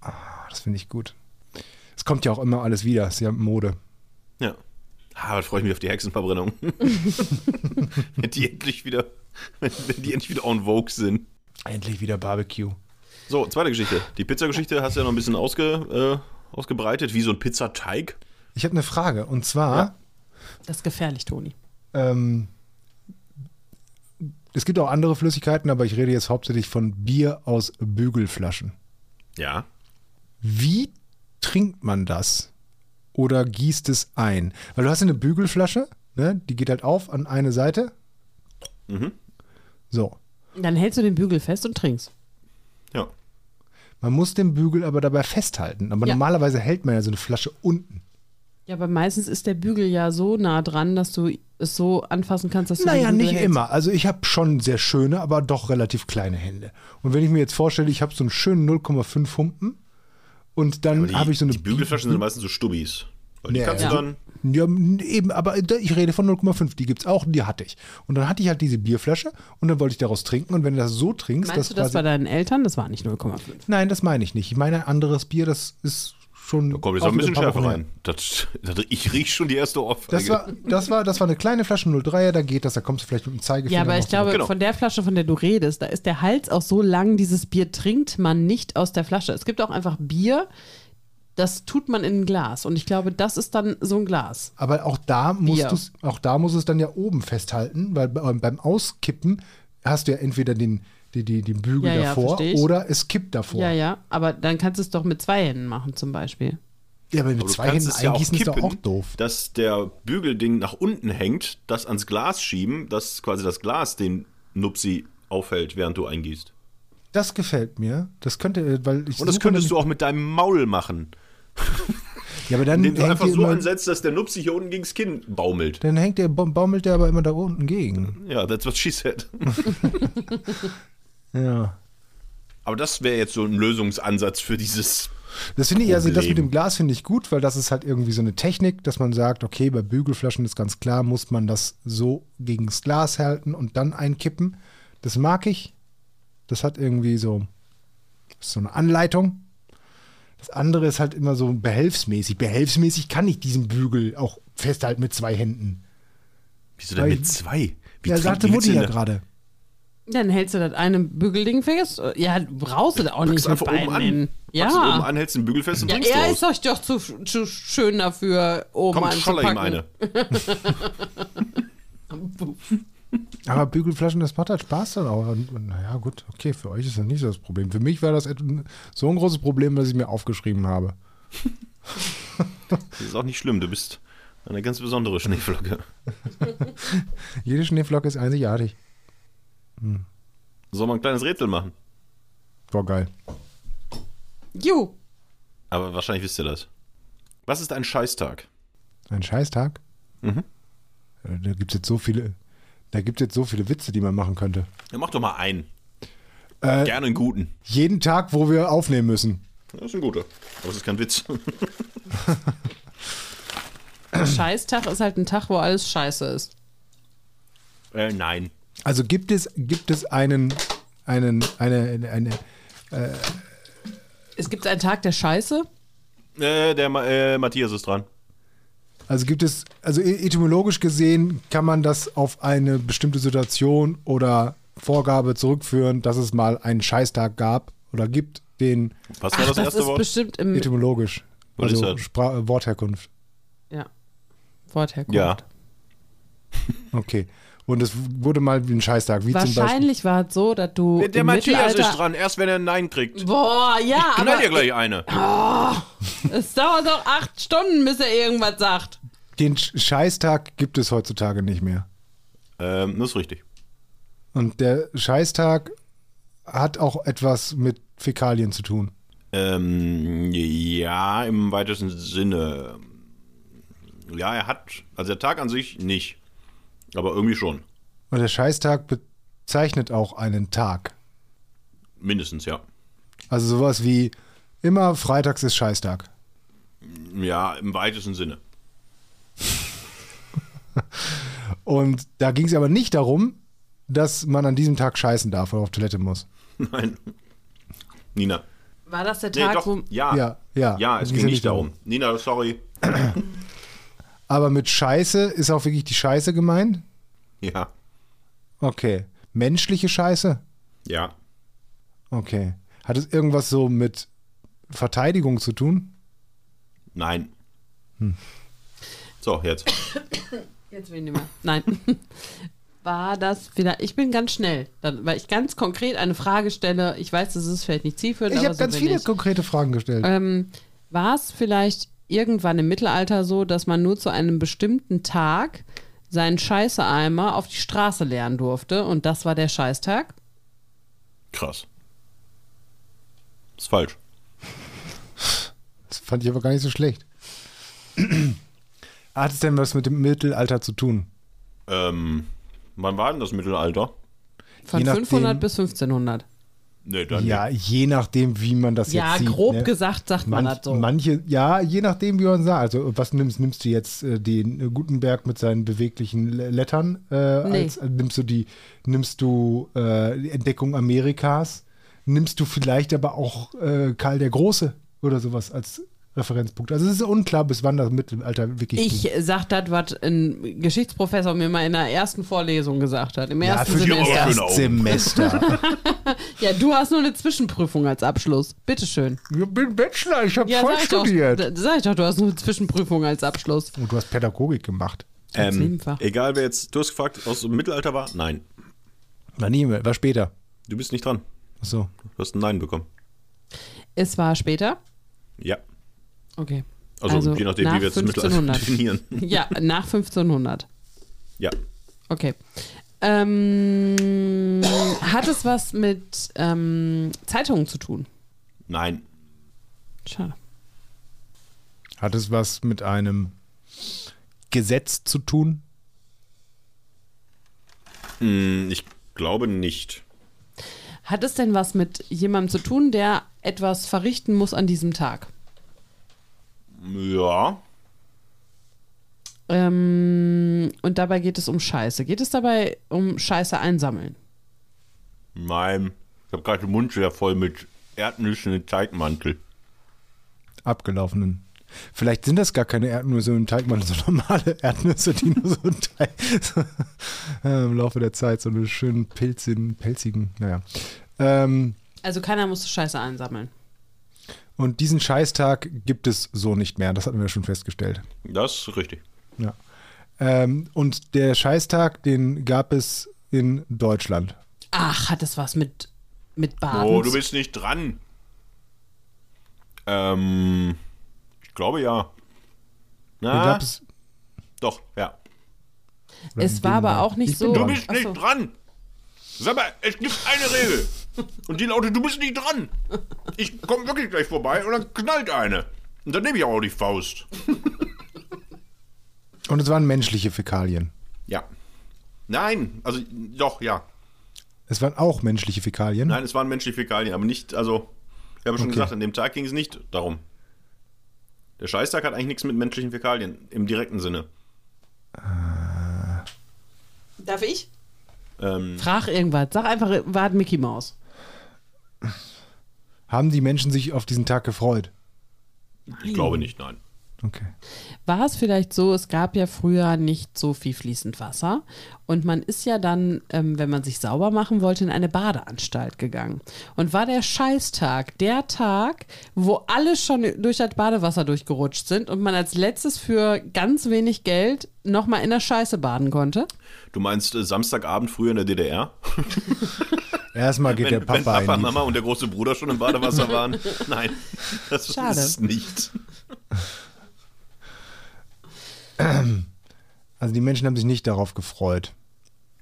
Speaker 2: Ah, das finde ich gut. Es kommt ja auch immer alles wieder. Ist ja Mode.
Speaker 1: Ja. Ah, aber da freue ich mich auf die Hexenverbrennung. wenn die endlich wieder, wenn, wenn die endlich wieder on vogue sind.
Speaker 2: Endlich wieder Barbecue.
Speaker 1: So, zweite Geschichte. Die Pizzageschichte hast du ja noch ein bisschen ausge, äh, ausgebreitet, wie so ein Pizzateig.
Speaker 2: Ich habe eine Frage. Und zwar.
Speaker 1: Ja.
Speaker 3: Das ist gefährlich, Toni.
Speaker 2: Ähm, es gibt auch andere Flüssigkeiten, aber ich rede jetzt hauptsächlich von Bier aus Bügelflaschen.
Speaker 1: Ja.
Speaker 2: Wie trinkt man das? Oder gießt es ein? Weil du hast ja eine Bügelflasche, ne? die geht halt auf an eine Seite. So.
Speaker 3: Dann hältst du den Bügel fest und trinkst.
Speaker 1: Ja.
Speaker 2: Man muss den Bügel aber dabei festhalten. Aber
Speaker 3: Ja.
Speaker 2: normalerweise hält man ja so eine Flasche unten.
Speaker 3: Ja, aber meistens ist der Bügel ja so nah dran, dass du es so anfassen kannst, dass du
Speaker 2: Naja,
Speaker 3: den Bügel
Speaker 2: nicht
Speaker 3: hältst.
Speaker 2: immer. Also ich habe schon sehr schöne, aber doch relativ kleine Hände. Und wenn ich mir jetzt vorstelle, ich habe so einen schönen 0,5 Humpen und dann habe ich so eine
Speaker 1: die Bügelflaschen sind meistens so Stubbis. Und die
Speaker 2: Ja,
Speaker 1: kannst
Speaker 3: ja.
Speaker 1: du dann.
Speaker 2: Ja, eben, aber da- ich rede von 0,5, die gibt's auch und die hatte ich. Und dann hatte ich halt diese Bierflasche und dann wollte ich daraus trinken und wenn du das so trinkst,
Speaker 3: Meinst
Speaker 2: das
Speaker 3: du das bei deinen Eltern? Das war nicht 0,5.
Speaker 2: Nein, das meine ich nicht. Ich meine ein anderes Bier, das ist schon
Speaker 1: Kommt jetzt
Speaker 2: auch
Speaker 1: noch ein
Speaker 2: wieder
Speaker 1: bisschen
Speaker 2: paar
Speaker 1: Schärfe
Speaker 2: Wochen her.
Speaker 1: rein. Das, das, ich rieche schon die erste Ohrfeige.
Speaker 2: Das war, das, war, das war eine kleine Flasche 03er, da geht das, da kommst du vielleicht mit dem Zeigefinger.
Speaker 3: Ja, aber
Speaker 2: noch
Speaker 3: ich glaube,
Speaker 1: Genau.
Speaker 3: von der Flasche, von der du redest, da ist der Hals auch so lang, dieses Bier trinkt man nicht aus der Flasche. Es gibt auch einfach Bier, das tut man in ein Glas. Und ich glaube, das ist dann so ein Glas.
Speaker 2: Aber auch da, musst
Speaker 3: Bier.
Speaker 2: du's, auch da muss es dann ja oben festhalten, weil bei- beim Auskippen hast du ja entweder den, die, die, den Bügel
Speaker 3: Ja, ja,
Speaker 2: davor
Speaker 3: versteh ich.
Speaker 2: oder es kippt davor.
Speaker 3: Ja, ja, aber dann kannst du es doch mit zwei Händen machen zum Beispiel.
Speaker 2: Ja, aber mit
Speaker 1: Aber du
Speaker 2: zwei
Speaker 1: kannst
Speaker 2: Händen
Speaker 1: es ja auch
Speaker 2: eingießen ist doch auch
Speaker 1: kippen,
Speaker 2: doof.
Speaker 1: Dass der Bügelding nach unten hängt, das ans Glas schieben, dass quasi das Glas den Nupsi aufhält, während du eingießt.
Speaker 2: Das gefällt mir. Das könnte, äh, weil ich
Speaker 1: Und das
Speaker 2: suche
Speaker 1: könntest
Speaker 2: nämlich-
Speaker 1: du auch mit deinem Maul machen,
Speaker 2: Ja, aber dann
Speaker 1: indem du
Speaker 2: hängt
Speaker 1: einfach
Speaker 2: die
Speaker 1: so
Speaker 2: immer-
Speaker 1: ansetzt, dass der Nupsi hier unten gegens Kinn baumelt.
Speaker 2: Dann hängt der, baum- baumelt der aber immer da unten gegen.
Speaker 1: Ja, that's what she said.
Speaker 2: Ja.
Speaker 1: Aber das wäre jetzt so ein Lösungsansatz für dieses.
Speaker 2: Das finde ich, also das
Speaker 1: Problem.
Speaker 2: mit dem Glas finde ich gut, weil das ist halt irgendwie so eine Technik, dass man sagt, okay, bei Bügelflaschen ist ganz klar, muss man das so gegen das Glas halten und dann einkippen. Das mag ich. Das hat irgendwie so, ist so eine Anleitung. Das andere ist halt immer so behelfsmäßig. Behelfsmäßig kann ich diesen Bügel auch festhalten mit zwei Händen.
Speaker 1: Wieso denn
Speaker 2: Weil-
Speaker 1: mit zwei? Wie
Speaker 2: ja,
Speaker 1: trinken
Speaker 2: sagte
Speaker 1: die
Speaker 2: Mutti
Speaker 1: jetzt
Speaker 2: ja
Speaker 1: in der-
Speaker 2: gerade.
Speaker 3: Dann hältst du das eine Bügelding fest. Ja, du brauchst du auch
Speaker 1: Packst
Speaker 3: nicht mit
Speaker 1: einfach
Speaker 3: beiden
Speaker 1: oben an.
Speaker 3: Händen.
Speaker 1: Packst du oben
Speaker 3: Ja.
Speaker 1: an, hältst den Bügel fest und
Speaker 3: ja,
Speaker 1: trinkst
Speaker 3: er
Speaker 1: draus.
Speaker 3: ist euch doch zu, zu schön dafür, oben
Speaker 1: Komm, scholle ihm
Speaker 3: anzupacken.
Speaker 1: eine.
Speaker 2: Aber Bügelflaschen, das macht halt Spaß dann auch. Und, und, naja, gut, okay, für euch ist das nicht so das Problem. Für mich war das et- so ein großes Problem, dass ich mir aufgeschrieben habe.
Speaker 1: Das ist auch nicht schlimm, du bist eine ganz besondere Schneeflocke.
Speaker 2: Jede Schneeflocke ist einzigartig.
Speaker 1: Soll man ein kleines Rätsel machen?
Speaker 2: Boah, geil.
Speaker 3: Ju,
Speaker 1: Aber wahrscheinlich wisst ihr das. Was ist ein Scheißtag?
Speaker 2: Ein Scheißtag.
Speaker 1: Mhm.
Speaker 2: Äh, Da gibt es jetzt so viele. Da gibt jetzt so viele Witze, die man machen könnte.
Speaker 1: Ja, mach doch mal einen.
Speaker 2: Äh.
Speaker 1: Gerne einen guten.
Speaker 2: Jeden Tag, wo wir aufnehmen müssen.
Speaker 1: Das ist ein guter. Aber es ist kein Witz.
Speaker 3: Scheißtag ist halt ein Tag, wo alles scheiße ist.
Speaker 1: äh, nein.
Speaker 2: Also gibt es, gibt es einen, einen, eine, eine,
Speaker 3: Es gibt einen Tag der Scheiße.
Speaker 1: Äh, der Ma äh, Matthias ist dran.
Speaker 2: Also gibt es, also e- etymologisch gesehen kann man das auf eine bestimmte Situation oder Vorgabe zurückführen, dass es mal einen Scheißtag gab oder gibt, den
Speaker 1: Was war das,
Speaker 3: das
Speaker 1: erste
Speaker 3: ist
Speaker 1: Wort?
Speaker 3: bestimmt im
Speaker 2: etymologisch,
Speaker 1: Was ist
Speaker 2: also
Speaker 1: das?
Speaker 2: Spra äh, Wortherkunft.
Speaker 3: ja, Wortherkunft.
Speaker 1: Ja.
Speaker 2: Okay. Und es wurde mal ein Scheißtag, wie zum Beispiel.
Speaker 3: Wahrscheinlich war es so, dass du
Speaker 1: Der, der
Speaker 3: im
Speaker 1: Matthias
Speaker 3: Mittelalter
Speaker 1: ist dran, erst wenn er ein Nein kriegt.
Speaker 3: Boah, ja,
Speaker 1: Knall dir
Speaker 3: aber
Speaker 1: gleich eine.
Speaker 3: es dauert doch acht Stunden, bis er irgendwas sagt.
Speaker 2: Den Sch- Scheißtag gibt es heutzutage nicht mehr.
Speaker 1: Ähm, das ist richtig.
Speaker 2: Und der Scheißtag hat auch etwas mit Fäkalien zu tun.
Speaker 1: Ähm, ja, im weitesten Sinne. Ja, er hat, also der Tag an sich nicht, aber irgendwie schon.
Speaker 2: Und der Scheißtag bezeichnet auch einen Tag.
Speaker 1: Mindestens, ja.
Speaker 2: Also sowas wie immer freitags ist Scheißtag.
Speaker 1: Ja, im weitesten Sinne.
Speaker 2: Und da ging es aber nicht darum, dass man an diesem Tag scheißen darf oder auf Toilette muss.
Speaker 1: Nein. Nina.
Speaker 3: War das der
Speaker 1: Nee,
Speaker 3: Tag, um-
Speaker 1: doch,
Speaker 3: wo.
Speaker 1: ja.
Speaker 2: Ja,
Speaker 1: Ah. Ja,
Speaker 2: ja.
Speaker 1: es
Speaker 2: Ging
Speaker 1: ging
Speaker 2: ja
Speaker 1: nicht darum. Nina, sorry.
Speaker 2: Aber mit Scheiße ist auch wirklich die Scheiße gemeint?
Speaker 1: Ja,
Speaker 2: Okay. Menschliche Scheiße?
Speaker 1: ja.
Speaker 2: Okay. Hat es irgendwas so mit Verteidigung zu tun?
Speaker 1: Nein. Hm. So, jetzt.
Speaker 3: Jetzt will ich nicht mehr. Nein. War das wieder. Ich bin ganz schnell, dann, weil ich ganz konkret eine Frage stelle. Ich weiß, das ist vielleicht nicht zielführend,
Speaker 2: Ich
Speaker 3: aber
Speaker 2: habe
Speaker 3: so
Speaker 2: ganz
Speaker 3: bin
Speaker 2: viele
Speaker 3: ich.
Speaker 2: konkrete Fragen gestellt.
Speaker 3: Ähm, War es vielleicht irgendwann im Mittelalter so, dass man nur zu einem bestimmten Tag seinen Scheißeeimer auf die Straße leeren durfte und das war der Scheißtag?
Speaker 1: Krass. Ist falsch.
Speaker 2: Das fand ich aber gar nicht so schlecht. Hat es denn was mit dem Mittelalter zu tun?
Speaker 1: Ähm, wann war denn das Mittelalter?
Speaker 3: Von
Speaker 2: Je nachdem-
Speaker 3: 500 bis 1500.
Speaker 1: Nee, dann
Speaker 2: Ja, je nachdem, wie man das
Speaker 3: Ja,
Speaker 2: jetzt sieht.
Speaker 3: grob
Speaker 2: ne?
Speaker 3: gesagt sagt man
Speaker 2: Manch-
Speaker 3: das so.
Speaker 2: Manche, ja, je nachdem, wie man sagt. Also, was nimmst, nimmst du jetzt äh, den äh, Gutenberg mit seinen beweglichen Le- Lettern? Äh,
Speaker 3: Nee.
Speaker 2: als, äh, nimmst du die, nimmst du äh, die Entdeckung Amerikas? Nimmst du vielleicht aber auch äh, Karl der Große oder sowas als Referenzpunkt? Also, es ist unklar, bis wann das Mittelalter wirklich. ging.
Speaker 3: ich sag das, was ein Geschichtsprofessor mir mal in der ersten Vorlesung gesagt hat. Im
Speaker 2: ja,
Speaker 3: ersten
Speaker 2: für die
Speaker 1: Semester.
Speaker 3: Semester.
Speaker 1: Schöne Augen.
Speaker 2: Erstsemester.
Speaker 3: Ja, du hast nur eine Zwischenprüfung als Abschluss. Bitteschön.
Speaker 2: ich bin Bachelor, ich habe
Speaker 3: Ja,
Speaker 2: voll
Speaker 3: sag ich, doch,
Speaker 2: studiert.
Speaker 3: Da- sag ich doch, du hast nur eine Zwischenprüfung als Abschluss.
Speaker 2: Und du hast Pädagogik gemacht.
Speaker 3: Als
Speaker 1: ähm,
Speaker 3: Nebenfach.
Speaker 1: egal wer jetzt, du hast gefragt, aus dem Mittelalter war? Nein.
Speaker 2: War nie mehr, war später.
Speaker 1: Du bist nicht dran.
Speaker 2: Ach So.
Speaker 1: Du hast ein Nein bekommen.
Speaker 3: Es war später.
Speaker 1: Ja.
Speaker 3: Okay.
Speaker 1: Also, je nachdem, wie
Speaker 3: nach
Speaker 1: wir jetzt das Mittelalter
Speaker 3: 1500.
Speaker 1: definieren.
Speaker 3: Ja, nach 1500.
Speaker 1: Ja.
Speaker 3: Okay. Ähm, hat es was mit ähm, Zeitungen zu tun?
Speaker 1: Nein.
Speaker 3: Schade.
Speaker 2: Hat es was mit einem Gesetz zu tun?
Speaker 1: Hm, ich glaube nicht.
Speaker 3: Hat es denn was mit jemandem zu tun, der etwas verrichten muss an diesem Tag?
Speaker 1: Ja.
Speaker 3: Ähm, und dabei geht es um Scheiße. Geht es dabei um Scheiße einsammeln?
Speaker 1: Nein. Ich habe gerade den Mund sehr voll mit Erdnüssen und Teigmantel.
Speaker 2: Abgelaufenen. Vielleicht sind das gar keine Erdnüsse im Teig, sondern so normale Erdnüsse, die nur so, ein Teig, so äh, im Laufe der Zeit so eine schönen pilzigen, pelzigen, naja. Ähm,
Speaker 3: Also keiner muss Scheiße einsammeln.
Speaker 2: und diesen Scheißtag gibt es so nicht mehr, das hatten wir schon festgestellt.
Speaker 1: Das ist richtig.
Speaker 2: Ja. Ähm, und der Scheißtag, den gab es in Deutschland.
Speaker 3: Ach, hat es was mit, mit Baden?
Speaker 1: Oh,
Speaker 3: zu-
Speaker 1: du bist nicht dran. Ähm, ich glaube ja.
Speaker 2: Den
Speaker 1: Na,
Speaker 2: gab es,
Speaker 1: doch, ja.
Speaker 3: es war aber auch nicht so.
Speaker 1: Du bist
Speaker 3: Ach
Speaker 1: nicht
Speaker 3: so.
Speaker 1: dran. Sag mal, es gibt eine Regel. Und die lautet, du bist nicht dran. Ich komme wirklich gleich vorbei und dann knallt eine. Und dann nehme ich auch die Faust.
Speaker 2: und es waren menschliche Fäkalien.
Speaker 1: Ja. Nein, also doch, ja.
Speaker 2: Es waren auch menschliche Fäkalien.
Speaker 1: Nein, es waren menschliche Fäkalien, aber nicht, also, ich habe schon gesagt, an dem Tag ging es nicht darum. Der Scheißtag hat eigentlich nichts mit menschlichen Fäkalien im direkten Sinne.
Speaker 3: Darf ich?
Speaker 1: Ähm,
Speaker 3: Frag irgendwas. Sag einfach, war Mickey Maus.
Speaker 2: Haben die Menschen sich auf diesen Tag gefreut?
Speaker 1: ich glaube nicht, nein.
Speaker 2: Okay.
Speaker 3: War es vielleicht so, es gab ja früher nicht so viel fließend Wasser und man ist ja dann, ähm, wenn man sich sauber machen wollte, in eine Badeanstalt gegangen. Und war der Scheißtag der Tag, wo alle schon durch das Badewasser durchgerutscht sind und man als letztes für ganz wenig Geld nochmal in der Scheiße baden konnte?
Speaker 1: Du meinst äh, Samstagabend früher in der DDR?
Speaker 2: Erstmal geht der
Speaker 1: Wenn, wenn
Speaker 2: Papa
Speaker 1: Papa,
Speaker 2: in die
Speaker 1: Mama und der große Bruder schon im Badewasser waren? Nein, das
Speaker 3: Schade.
Speaker 1: ist es nicht.
Speaker 2: Also die Menschen haben sich nicht darauf gefreut.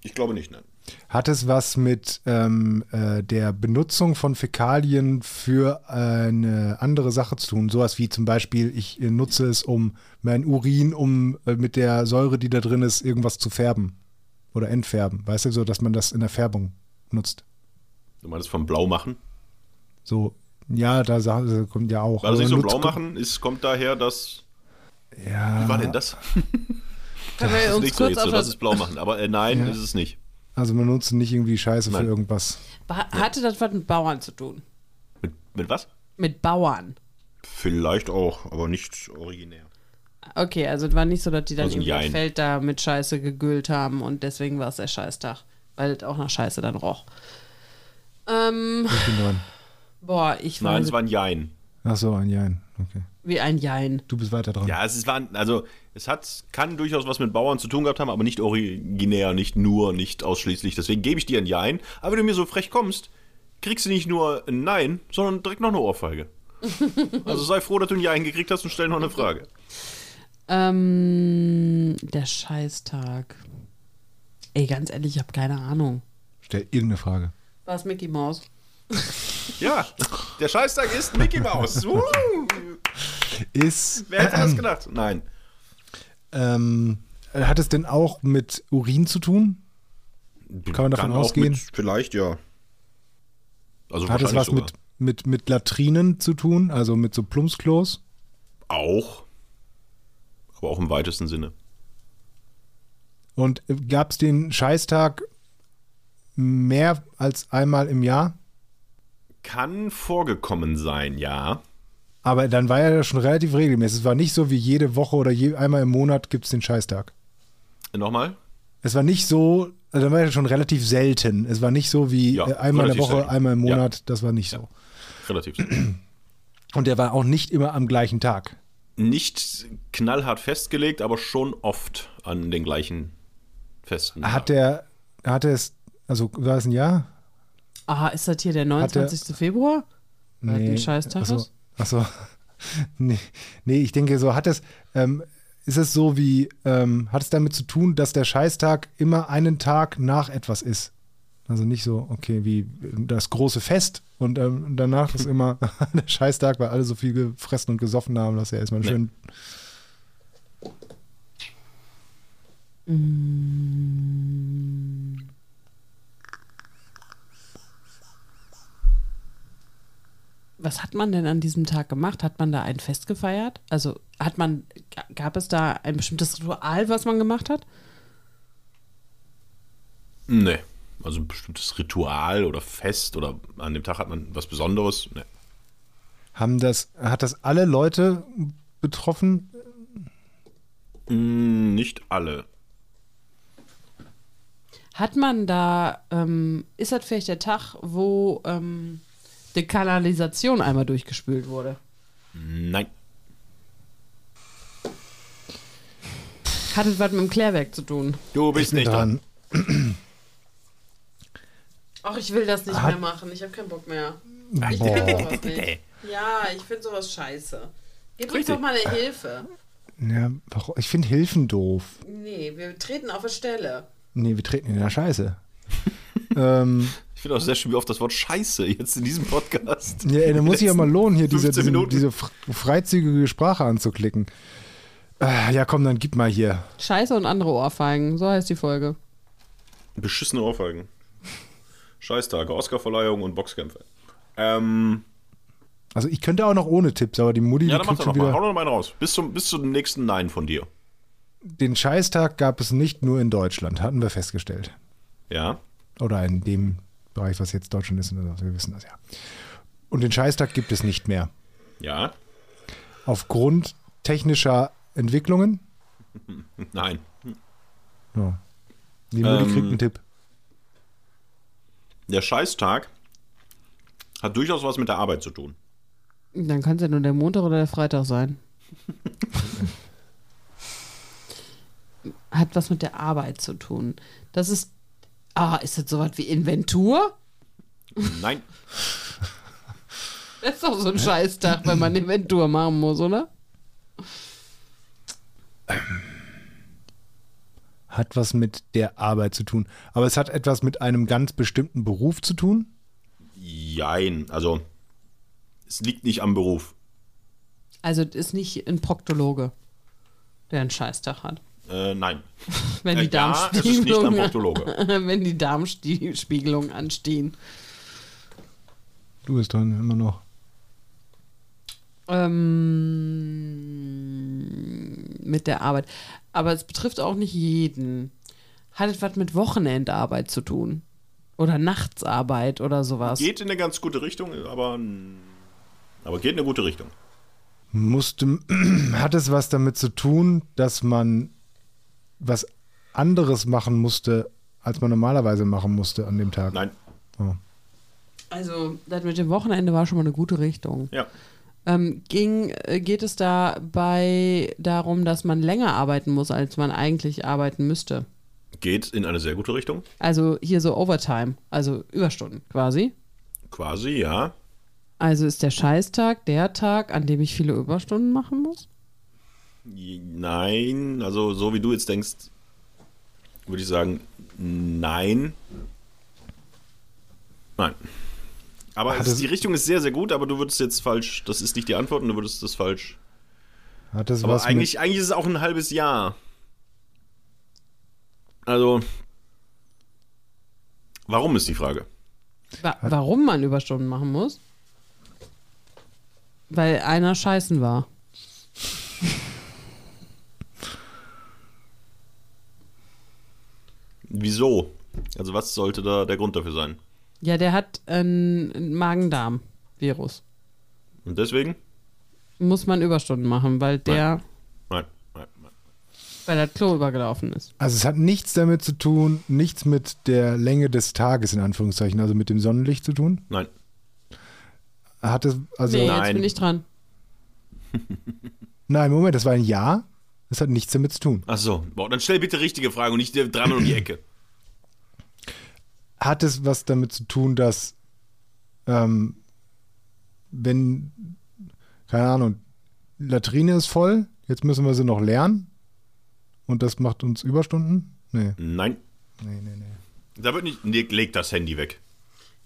Speaker 1: Ich glaube nicht, nein.
Speaker 2: Hat es was mit ähm, äh, der Benutzung von Fäkalien für eine andere Sache zu tun? Sowas wie zum Beispiel, ich äh, nutze es, um mein Urin, um äh, mit der Säure, die da drin ist, irgendwas zu färben oder entfärben. Weißt du, so dass man das in der Färbung nutzt.
Speaker 1: Du meinst vom Blau machen?
Speaker 2: So, ja, da sa- da kommt ja auch.
Speaker 1: War das
Speaker 2: Aber
Speaker 1: nicht so
Speaker 2: nutzt-
Speaker 1: blau machen? Ist, kommt daher, dass.
Speaker 2: Ja.
Speaker 1: Wie war denn das?
Speaker 3: Können wir
Speaker 1: Das ist
Speaker 3: uns
Speaker 1: nicht so
Speaker 3: kurz
Speaker 1: jetzt, so,
Speaker 3: auf
Speaker 1: das
Speaker 3: das
Speaker 1: ist blau machen. Aber äh, nein,
Speaker 2: Ja.
Speaker 1: ist es nicht.
Speaker 2: Also man nutzt nicht irgendwie Scheiße
Speaker 1: Nein.
Speaker 2: für irgendwas.
Speaker 3: Ba- Hatte das was mit Bauern zu tun?
Speaker 1: Mit, mit was?
Speaker 3: Mit Bauern.
Speaker 1: Vielleicht auch, aber nicht originär.
Speaker 3: Okay, also es war nicht so, dass die dann
Speaker 1: Also
Speaker 3: irgendwie
Speaker 1: jein.
Speaker 3: das Feld da mit Scheiße gegült haben und deswegen war es der Scheißtag, weil es auch nach Scheiße dann roch. Ähm,
Speaker 2: Ich bin dran.
Speaker 3: boah, ich
Speaker 1: Nein,
Speaker 3: weiß
Speaker 1: es war ein Jein.
Speaker 2: Ach so, ein Jein. Okay.
Speaker 3: wie ein Jein.
Speaker 2: Du bist weiter dran.
Speaker 1: Ja, es ist, waren- also es hat, kann durchaus was mit Bauern zu tun gehabt haben, aber nicht originär, nicht nur, nicht ausschließlich. Deswegen gebe ich dir ein Jein. Aber wenn du mir so frech kommst, kriegst du nicht nur ein Nein, sondern direkt noch eine Ohrfeige. Also sei froh, dass du ein Jein gekriegt hast und stell noch eine Frage.
Speaker 3: Ähm, der Scheißtag. Ey, ganz ehrlich, ich habe keine Ahnung.
Speaker 2: Stell irgendeine Frage.
Speaker 3: War es Mickey Mouse?
Speaker 1: Ja, der Scheißtag ist Mickey Mouse. Uh,
Speaker 2: Ist,
Speaker 1: wer hätte das gedacht? Nein.
Speaker 2: ähm, hat es denn auch mit Urin zu tun? Kann man davon
Speaker 1: auch
Speaker 2: ausgehen?
Speaker 1: mit vielleicht, ja. Also
Speaker 2: Hat es
Speaker 1: wahrscheinlich
Speaker 2: was
Speaker 1: sogar.
Speaker 2: mit, mit, mit Latrinen zu tun? Also mit so Plumpsklos?
Speaker 1: Auch. Aber auch im weitesten Sinne.
Speaker 2: Und gab es den Scheißtag mehr als einmal im Jahr?
Speaker 1: Kann vorgekommen sein, ja.
Speaker 2: Aber dann war er ja schon relativ regelmäßig. Es war nicht so wie jede Woche oder je, einmal im Monat gibt es den Scheißtag.
Speaker 1: Nochmal?
Speaker 2: Es war nicht so, also dann war ja schon relativ selten. Es war nicht so wie
Speaker 1: Ja,
Speaker 2: äh, einmal in der
Speaker 1: relativ
Speaker 2: Woche,
Speaker 1: selten.
Speaker 2: einmal im
Speaker 1: Ja.
Speaker 2: Monat. Das war nicht so.
Speaker 1: Relativ.
Speaker 2: Und der war auch nicht immer am gleichen Tag.
Speaker 1: Nicht knallhart festgelegt, aber schon oft an den gleichen Festen.
Speaker 2: Hat der, hat er es, also war es ein Jahr?
Speaker 3: Ah, ist das hier der
Speaker 2: Hatte-
Speaker 3: 29. Februar? Weil ein Scheißtag
Speaker 2: Achso,
Speaker 3: ist?
Speaker 2: achso. nee, nee, ich denke so, hat es, ähm, ist es so wie, ähm, hat es damit zu tun, dass der Scheißtag immer einen Tag nach etwas ist? Also nicht so, okay, wie ähm, das große Fest und ähm, danach ist immer der Scheißtag, weil alle so viel gefressen und gesoffen haben, dass er erstmal einen
Speaker 1: Nee.
Speaker 2: schönen.
Speaker 3: Was hat man denn an diesem Tag gemacht? Hat man da ein Fest gefeiert? Also hat man, g- gab es da ein bestimmtes Ritual, was man gemacht hat?
Speaker 1: Nee. Also ein bestimmtes Ritual oder Fest oder an dem Tag hat man was Besonderes. Nee.
Speaker 2: Haben das, hat das alle Leute betroffen?
Speaker 1: Mm, Nicht alle.
Speaker 3: Hat man da, ähm, ist das vielleicht der Tag, wo ähm, die Kanalisation einmal durchgespült wurde?
Speaker 1: Nein.
Speaker 3: Hat es was mit dem Klärwerk zu tun?
Speaker 1: Du bist nicht dran.
Speaker 3: Ach, ich will das nicht
Speaker 2: Hat-
Speaker 3: mehr machen. Ich habe keinen Bock mehr.
Speaker 2: Boah.
Speaker 3: Ja, ich finde sowas scheiße. Gib
Speaker 1: Richtig.
Speaker 3: mal eine Hilfe.
Speaker 2: Ja, warum- ich finde Hilfen doof.
Speaker 3: Nee, wir treten auf eine Stelle.
Speaker 2: Nee, wir treten in der Scheiße. ähm,
Speaker 1: Ich finde auch sehr schön, wie oft das Wort Scheiße jetzt in diesem Podcast.
Speaker 2: ja, ey, da muss ich ja mal lohnen, hier diese,
Speaker 1: 15
Speaker 2: diese,
Speaker 1: Minuten.
Speaker 2: diese fr- freizügige Sprache anzuklicken. Ah, ja, komm, dann gib mal hier.
Speaker 3: Scheiße und andere Ohrfeigen, so heißt die Folge.
Speaker 1: Beschissene Ohrfeigen. Scheißtage, Oscarverleihung und Boxkämpfe. Ähm,
Speaker 2: Also ich könnte auch noch ohne Tipps, aber die Mutti
Speaker 1: ja,
Speaker 2: die
Speaker 1: dann mach
Speaker 2: kriegt
Speaker 1: doch
Speaker 2: schon
Speaker 1: nochmal. Hau
Speaker 2: wieder.
Speaker 1: doch noch einen raus. Bis zum, bis zum nächsten Nein von dir.
Speaker 2: Den Scheißtag gab es nicht nur in Deutschland, hatten wir festgestellt.
Speaker 1: Ja?
Speaker 2: Oder in dem Bereich, was jetzt Deutschland ist. Also wir wissen das ja. Und den Scheißtag gibt es nicht mehr.
Speaker 1: Ja?
Speaker 2: Aufgrund technischer Entwicklungen.
Speaker 1: Nein.
Speaker 2: Ja. Die Mutti
Speaker 1: Ähm,
Speaker 2: kriegt einen Tipp.
Speaker 1: Der Scheißtag hat durchaus was mit der Arbeit zu tun.
Speaker 3: Dann kann es ja nur der Montag oder der Freitag sein. Hat was mit der Arbeit zu tun. Das ist. Ah, ist das sowas wie Inventur?
Speaker 1: Nein.
Speaker 3: Das ist doch so ein Scheißtag, wenn man Inventur machen muss, oder?
Speaker 2: hat was mit der Arbeit zu tun. Aber es hat etwas mit einem ganz bestimmten Beruf zu tun.
Speaker 1: Jein, also es liegt nicht am Beruf.
Speaker 3: Also ist nicht ein Proktologe, der einen Scheißtag hat.
Speaker 1: Äh, nein.
Speaker 3: Wenn die
Speaker 1: Äh, ja, es ist nicht am
Speaker 3: Darmspiegelung,
Speaker 1: Proktologe.
Speaker 3: wenn die Darmspiegelung anstehen.
Speaker 2: Du bist dann immer noch.
Speaker 3: Ähm, mit der Arbeit. Aber es betrifft auch nicht jeden. Hat etwas mit Wochenendarbeit zu tun. Oder Nachtsarbeit oder sowas.
Speaker 1: Geht in eine ganz gute Richtung, aber, aber geht in eine gute Richtung.
Speaker 2: Musste, hat es was damit zu tun, dass man was anderes machen musste, als man normalerweise machen musste an dem Tag? Oh.
Speaker 1: Nein,
Speaker 3: Also, das mit dem Wochenende war schon mal eine gute Richtung.
Speaker 1: ja.
Speaker 3: Ähm, ging, äh, geht es dabei darum, dass man länger arbeiten muss, als man eigentlich arbeiten müsste?
Speaker 1: Geht in eine sehr gute Richtung.
Speaker 3: Also hier so Overtime, also Überstunden quasi.
Speaker 1: Quasi, ja.
Speaker 3: Also ist der Scheißtag der Tag, an dem ich viele Überstunden machen muss?
Speaker 1: Nein, also so wie du jetzt denkst, würde ich sagen, nein. Nein. Aber
Speaker 2: Hat
Speaker 1: es,
Speaker 2: es-
Speaker 1: die Richtung ist sehr, sehr gut, aber du würdest jetzt falsch, das ist nicht die Antwort und du würdest das falsch.
Speaker 2: Hat es
Speaker 1: Aber
Speaker 2: was mit,
Speaker 1: eigentlich, eigentlich ist es auch ein halbes Jahr. Also, warum ist die Frage?
Speaker 3: Wa warum man Überstunden machen muss? Weil einer scheißen war.
Speaker 1: Wieso? Also, was sollte da der Grund dafür sein?
Speaker 3: Ja, der hat einen Magen-Darm-Virus.
Speaker 1: Und deswegen?
Speaker 3: Muss man Überstunden machen, weil der,
Speaker 1: Nein, nein, nein.
Speaker 3: weil das Klo übergelaufen ist.
Speaker 2: Also es hat nichts damit zu tun, nichts mit der Länge des Tages in Anführungszeichen, also mit dem Sonnenlicht zu tun.
Speaker 1: nein.
Speaker 2: Hat es also
Speaker 3: nee,
Speaker 2: nein.
Speaker 3: jetzt
Speaker 1: Nein.
Speaker 3: bin ich dran.
Speaker 2: Moment, das war ein Ja. Es hat nichts damit zu tun.
Speaker 1: Ach so, boah, dann stell bitte richtige Fragen und nicht äh, dreimal um die Ecke.
Speaker 2: Hat es was damit zu tun, dass ähm, wenn keine Ahnung Latrine ist voll, jetzt müssen wir sie noch leeren und das macht uns Überstunden? Nee,
Speaker 1: Nein.
Speaker 2: nee, nee, nee.
Speaker 1: Da wird nicht. Nee, leg das Handy weg.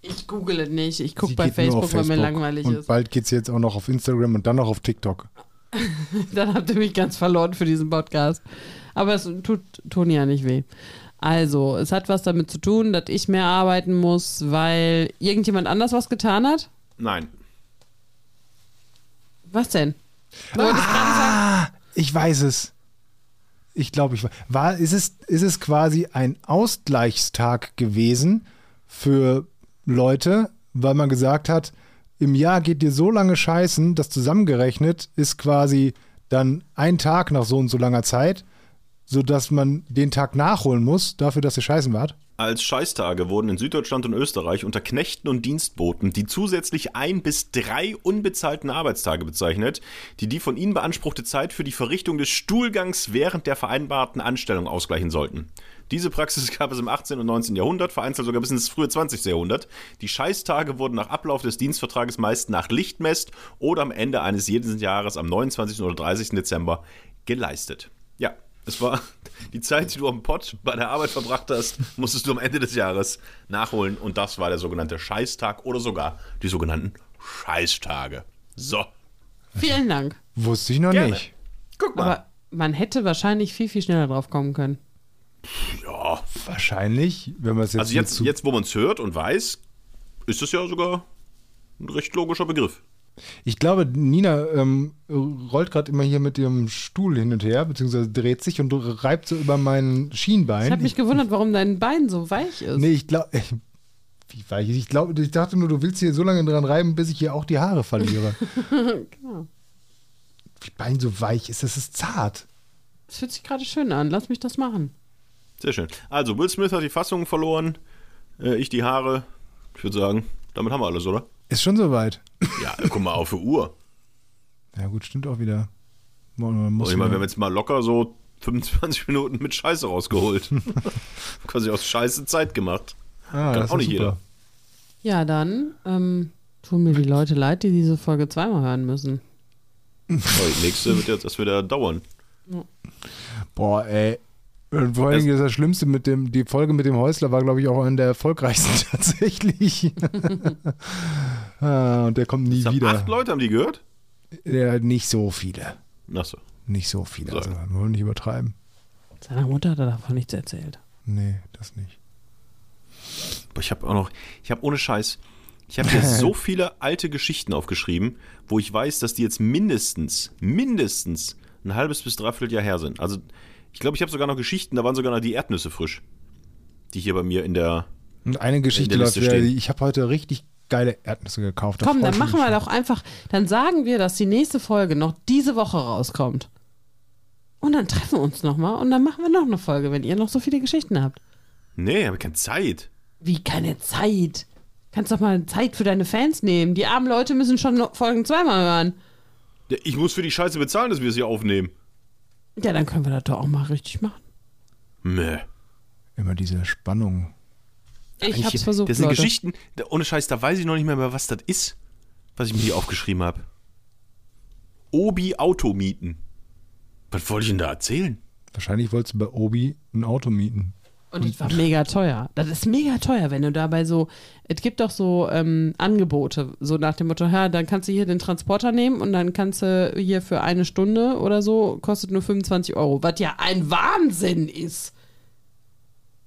Speaker 3: Ich google nicht. Ich gucke
Speaker 2: Sie
Speaker 3: bei
Speaker 2: geht nur
Speaker 3: Facebook,
Speaker 2: auf
Speaker 3: weil mir
Speaker 2: Facebook.
Speaker 3: langweilig
Speaker 2: und
Speaker 3: ist.
Speaker 2: bald geht's jetzt auch noch auf Instagram und dann noch auf TikTok.
Speaker 3: Dann habt ihr mich ganz verloren für diesen Podcast. Aber es tut Toni ja nicht weh. Also, es hat was damit zu tun, dass ich mehr arbeiten muss, weil irgendjemand anders was getan hat.
Speaker 1: Nein.
Speaker 3: Was denn?
Speaker 2: Ich weiß es. Ich glaube, ich weiß. war. Ist es, ist es quasi ein Ausgleichstag gewesen für Leute, weil man gesagt hat, im Jahr geht dir so lange scheißen, dass zusammengerechnet ist quasi dann ein Tag nach so und so langer Zeit, sodass man den Tag nachholen muss, dafür, dass ihr scheißen wart.
Speaker 1: Als Scheißtage wurden in Süddeutschland und Österreich unter Knechten und Dienstboten die zusätzlich ein bis drei unbezahlten Arbeitstage bezeichnet, die die von ihnen beanspruchte Zeit für die Verrichtung des Stuhlgangs während der vereinbarten Anstellung ausgleichen sollten. Diese Praxis gab es im 18. und 19. Jahrhundert, vereinzelt sogar bis ins frühe 20. Jahrhundert. Die Scheißtage wurden nach Ablauf des Dienstvertrages meist nach Lichtmess oder am Ende eines jeden Jahres am 29. oder 30. Dezember geleistet. Ja, es war die Zeit, die du am Pott bei der Arbeit verbracht hast, musstest du am Ende des Jahres nachholen. Und das war der sogenannte Scheißtag oder sogar die sogenannten Scheißtage. So,
Speaker 3: Vielen Dank.
Speaker 2: Wusste ich noch
Speaker 1: Gerne.
Speaker 2: nicht.
Speaker 1: guck mal.
Speaker 3: Aber man hätte wahrscheinlich viel, viel schneller drauf kommen können.
Speaker 1: ja.
Speaker 2: Wahrscheinlich, wenn man es jetzt,
Speaker 1: Also
Speaker 2: mit
Speaker 1: jetzt,
Speaker 2: zu-
Speaker 1: jetzt, wo man es hört und weiß, ist es ja sogar ein recht logischer Begriff.
Speaker 2: Ich glaube, Nina ähm, rollt gerade immer hier mit ihrem Stuhl hin und her, beziehungsweise dreht sich und reibt so über mein Schienbein.
Speaker 3: Ich habe mich gewundert, warum dein Bein so weich ist.
Speaker 2: nee, ich glaube. Wie weich? Ich glaube, ich dachte nur, du willst hier so lange dran reiben, bis ich hier auch die Haare verliere.
Speaker 3: Genau.
Speaker 2: Wie Bein so weich ist, das ist zart.
Speaker 3: Das fühlt sich gerade schön an. Lass mich das machen.
Speaker 1: Sehr schön. Also, Will Smith hat die Fassung verloren, äh, ich die Haare. Ich würde sagen, damit haben wir alles, oder?
Speaker 2: Ist schon soweit.
Speaker 1: Ja, guck mal auf die Uhr.
Speaker 2: Ja, gut, stimmt auch wieder. Man muss
Speaker 1: Also ich meine, wir haben
Speaker 2: wieder-
Speaker 1: jetzt mal locker so 25 Minuten mit Scheiße rausgeholt. Quasi aus Scheiße Zeit gemacht.
Speaker 2: ah,
Speaker 1: kann
Speaker 2: das
Speaker 1: auch
Speaker 2: ist
Speaker 1: nicht jeder.
Speaker 3: Ja, dann ähm, tun mir die Leute leid, die diese Folge zweimal hören müssen.
Speaker 1: So, die nächste wird jetzt erst wieder dauern.
Speaker 2: Boah, ey. Und vor allen Dingen das, das Schlimmste mit dem, die Folge mit dem Häusler war, glaube ich, auch eine der erfolgreichsten tatsächlich. ah, und der kommt nie
Speaker 1: Das haben
Speaker 2: wieder.
Speaker 1: Acht Leute haben die gehört?
Speaker 2: Ja, nicht so viele.
Speaker 1: Achso.
Speaker 2: Nicht so viele.
Speaker 1: So.
Speaker 2: Also, wir wollen nicht übertreiben.
Speaker 3: Seiner Mutter hat er davon nichts erzählt.
Speaker 2: Nee, das nicht.
Speaker 1: Boah, ich habe auch noch, ich habe ohne Scheiß, ich habe hier so viele alte Geschichten aufgeschrieben, wo ich weiß, dass die jetzt mindestens, mindestens ein halbes bis dreiviertel Jahr her sind. Also ich glaube, ich habe sogar noch Geschichten, da waren sogar noch die Erdnüsse frisch, die hier bei mir in der
Speaker 2: Und eine Geschichte
Speaker 1: In der
Speaker 2: läuft
Speaker 1: Liste
Speaker 2: wieder.
Speaker 1: stehen.
Speaker 2: Ich habe heute richtig geile Erdnüsse gekauft. Da
Speaker 3: Komm,
Speaker 2: freu
Speaker 3: dann
Speaker 2: ich mich
Speaker 3: machen wir
Speaker 2: schon.
Speaker 3: doch einfach, dann sagen wir, dass die nächste Folge noch diese Woche rauskommt. Und dann treffen wir uns nochmal und dann machen wir noch eine Folge, wenn ihr noch so viele Geschichten habt.
Speaker 1: Nee, habe keine Zeit.
Speaker 3: Wie keine Zeit. Kannst doch mal Zeit für deine Fans nehmen. Die armen Leute müssen schon noch Folgen zweimal hören.
Speaker 1: Ja, Ich muss für die Scheiße bezahlen, dass wir es hier aufnehmen.
Speaker 3: Ja, dann können wir das doch auch mal richtig machen.
Speaker 1: Mäh.
Speaker 2: Immer diese Spannung.
Speaker 3: Ich
Speaker 1: Eigentlich,
Speaker 3: hab's versucht,
Speaker 1: Das sind
Speaker 3: Leute.
Speaker 1: Geschichten, da, ohne Scheiß, da weiß ich noch nicht mehr, mehr was das ist, was ich mir hier aufgeschrieben habe. Obi Auto mieten. Was wollte ich denn da erzählen?
Speaker 2: Wahrscheinlich wolltest du bei Obi ein Auto mieten.
Speaker 3: Und das war mega teuer. Das ist mega teuer, wenn du dabei so, es gibt doch so ähm, Angebote, so nach dem Motto, ja, dann kannst du hier den Transporter nehmen und dann kannst du hier für eine Stunde oder so, kostet nur 25 Euro, was ja ein Wahnsinn ist.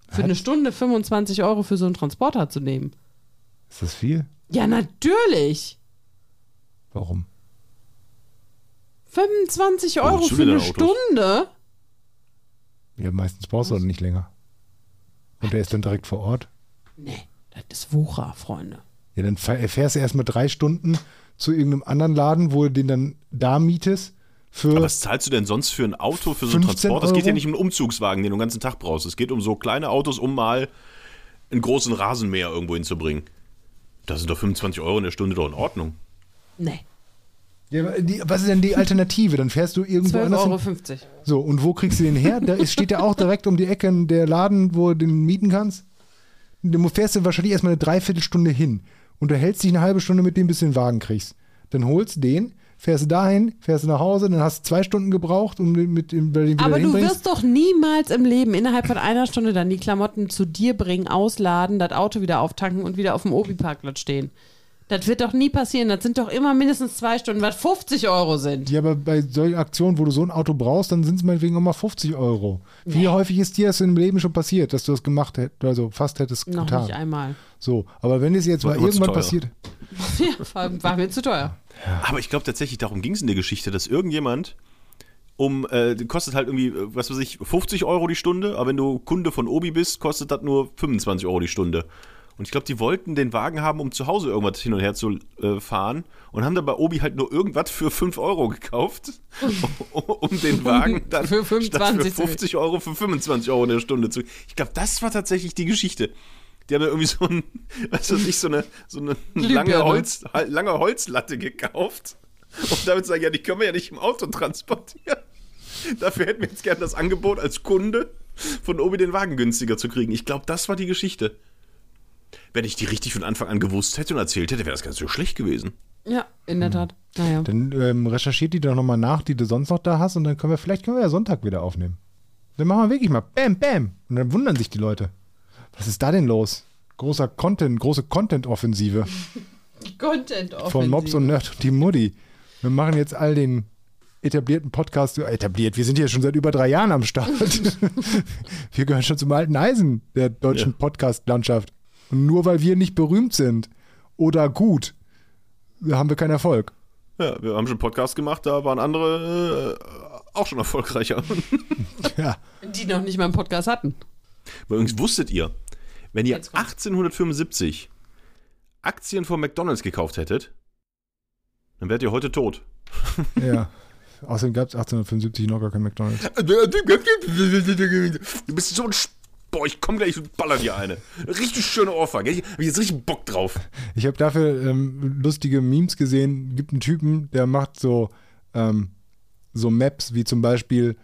Speaker 3: Für eine Stunde 25 Euro für so einen Transporter zu nehmen.
Speaker 2: Ist das viel?
Speaker 3: Ja, natürlich.
Speaker 2: Warum?
Speaker 3: 25
Speaker 1: Wo
Speaker 3: Euro
Speaker 1: holst du
Speaker 3: für
Speaker 1: dir
Speaker 3: eine
Speaker 1: deine Autos?
Speaker 3: Stunde?
Speaker 2: Ja, meistens brauchst du dann nicht länger. Und der ist dann direkt vor Ort.
Speaker 3: Nee, das ist Wucher, Freunde.
Speaker 2: Ja, dann fahr- fährst du erstmal drei Stunden zu irgendeinem anderen Laden, wo du den dann da mietest. Für
Speaker 1: Aber
Speaker 3: Oh.
Speaker 1: was zahlst du denn sonst für ein Auto, für so
Speaker 2: 15
Speaker 1: einen Transport? Das geht ja
Speaker 2: Euro?
Speaker 1: nicht um einen Umzugswagen, den du den ganzen Tag brauchst. Es geht um so kleine Autos, um mal einen großen Rasenmäher irgendwo hinzubringen. Das sind doch 25 Euro in der Stunde doch in Ordnung.
Speaker 3: Nee,
Speaker 2: ja, aber die, was ist denn die Alternative? Dann fährst du irgendwo anders.
Speaker 3: 12,50 Euro.
Speaker 2: Hin. So, und wo kriegst du den her? Da ist, steht ja auch direkt um die Ecke der Laden, wo du den mieten kannst. Dann fährst du wahrscheinlich erstmal eine Dreiviertelstunde hin. Und du hältst dich eine halbe Stunde mit dem, bis du den Wagen kriegst. Dann holst du den, fährst du dahin, fährst du nach Hause, dann hast du zwei Stunden gebraucht, um den, mit dem, weil den wieder
Speaker 3: Aber du
Speaker 2: hinbringst.
Speaker 3: wirst doch niemals im Leben innerhalb von einer Stunde dann die Klamotten zu dir bringen, ausladen, das Auto wieder auftanken und wieder auf dem Obi-Parkplatz stehen. Das wird doch nie passieren. Das sind doch immer mindestens zwei Stunden, was 50 Euro sind.
Speaker 2: Ja, aber bei solchen Aktionen, wo du so ein Auto brauchst, dann sind es meinetwegen auch mal 50 Euro. Wie häufig ist dir das im Leben schon passiert, dass du das gemacht hättest, also fast hättest
Speaker 3: Noch
Speaker 2: getan?
Speaker 3: nicht einmal.
Speaker 2: So, aber wenn es jetzt
Speaker 1: War
Speaker 2: mal
Speaker 1: immer zu
Speaker 2: irgendwann
Speaker 1: teuer.
Speaker 2: passiert,
Speaker 3: Ja, vor allem war mir zu teuer.
Speaker 1: Aber ich glaube tatsächlich, darum ging es in der Geschichte, dass irgendjemand um, äh, kostet halt irgendwie, äh, was weiß ich, 50 Euro die Stunde, aber wenn du Kunde von Obi bist, kostet das nur 25 Euro die Stunde. Und ich glaube, die wollten den Wagen haben, um zu Hause irgendwas hin und her zu äh, fahren und haben dann bei Obi halt nur irgendwas für 5 Euro gekauft, um, um den Wagen dann
Speaker 3: Für 25
Speaker 1: statt für 50 Euro für 25 Euro in der Stunde zu. Ich glaube, das war tatsächlich die Geschichte. Die haben da irgendwie so ein, was weiß ich, so eine, so eine lange,
Speaker 3: Glühbirne.
Speaker 1: Holz, lange Holzlatte gekauft. Und damit sagen, ja, die können wir ja nicht im Auto transportieren. Dafür hätten wir jetzt gerne das Angebot als Kunde von Obi den Wagen günstiger zu kriegen. Ich glaube, das war die Geschichte. Wenn ich die richtig von Anfang an gewusst hätte und erzählt hätte, wäre das ganz so schlecht gewesen.
Speaker 3: Ja, in der Tat. Naja.
Speaker 2: dann ähm, recherchiert die doch nochmal nach, die du sonst noch da hast und dann können wir, vielleicht können wir ja Sonntag wieder aufnehmen. Dann machen wir wirklich mal Bam, Bam. Und dann wundern sich die Leute. Was ist da denn los? Großer Content, große Content-Offensive
Speaker 3: Content
Speaker 2: von Mobs und Nerd und die Mutti. Wir machen jetzt all den etablierten Podcast etabliert. Wir sind hier schon seit über drei Jahren am Start. wir gehören schon zum alten Eisen der deutschen
Speaker 1: Ja.
Speaker 2: Podcast-Landschaft. Und nur weil wir nicht berühmt sind oder gut, haben wir keinen Erfolg.
Speaker 1: Ja, wir haben schon einen Podcast gemacht, da waren andere äh, auch schon erfolgreicher.
Speaker 2: Ja,
Speaker 3: Die noch nicht mal einen Podcast hatten.
Speaker 1: Weil übrigens wusstet ihr, wenn ihr
Speaker 3: Jetzt kommt's.
Speaker 1: 1875 Aktien von McDonalds gekauft hättet, dann wärt ihr heute tot.
Speaker 2: ja. Außerdem gab es 1875 noch gar kein McDonalds.
Speaker 1: Du bist so ein Sch Boah, ich komm gleich und baller dir eine. Richtig schöne Ohrfeige. Ich hab jetzt richtig Bock drauf.
Speaker 2: Ich habe dafür ähm, lustige Memes gesehen. Gibt einen Typen, der macht so, ähm, so Maps wie zum Beispiel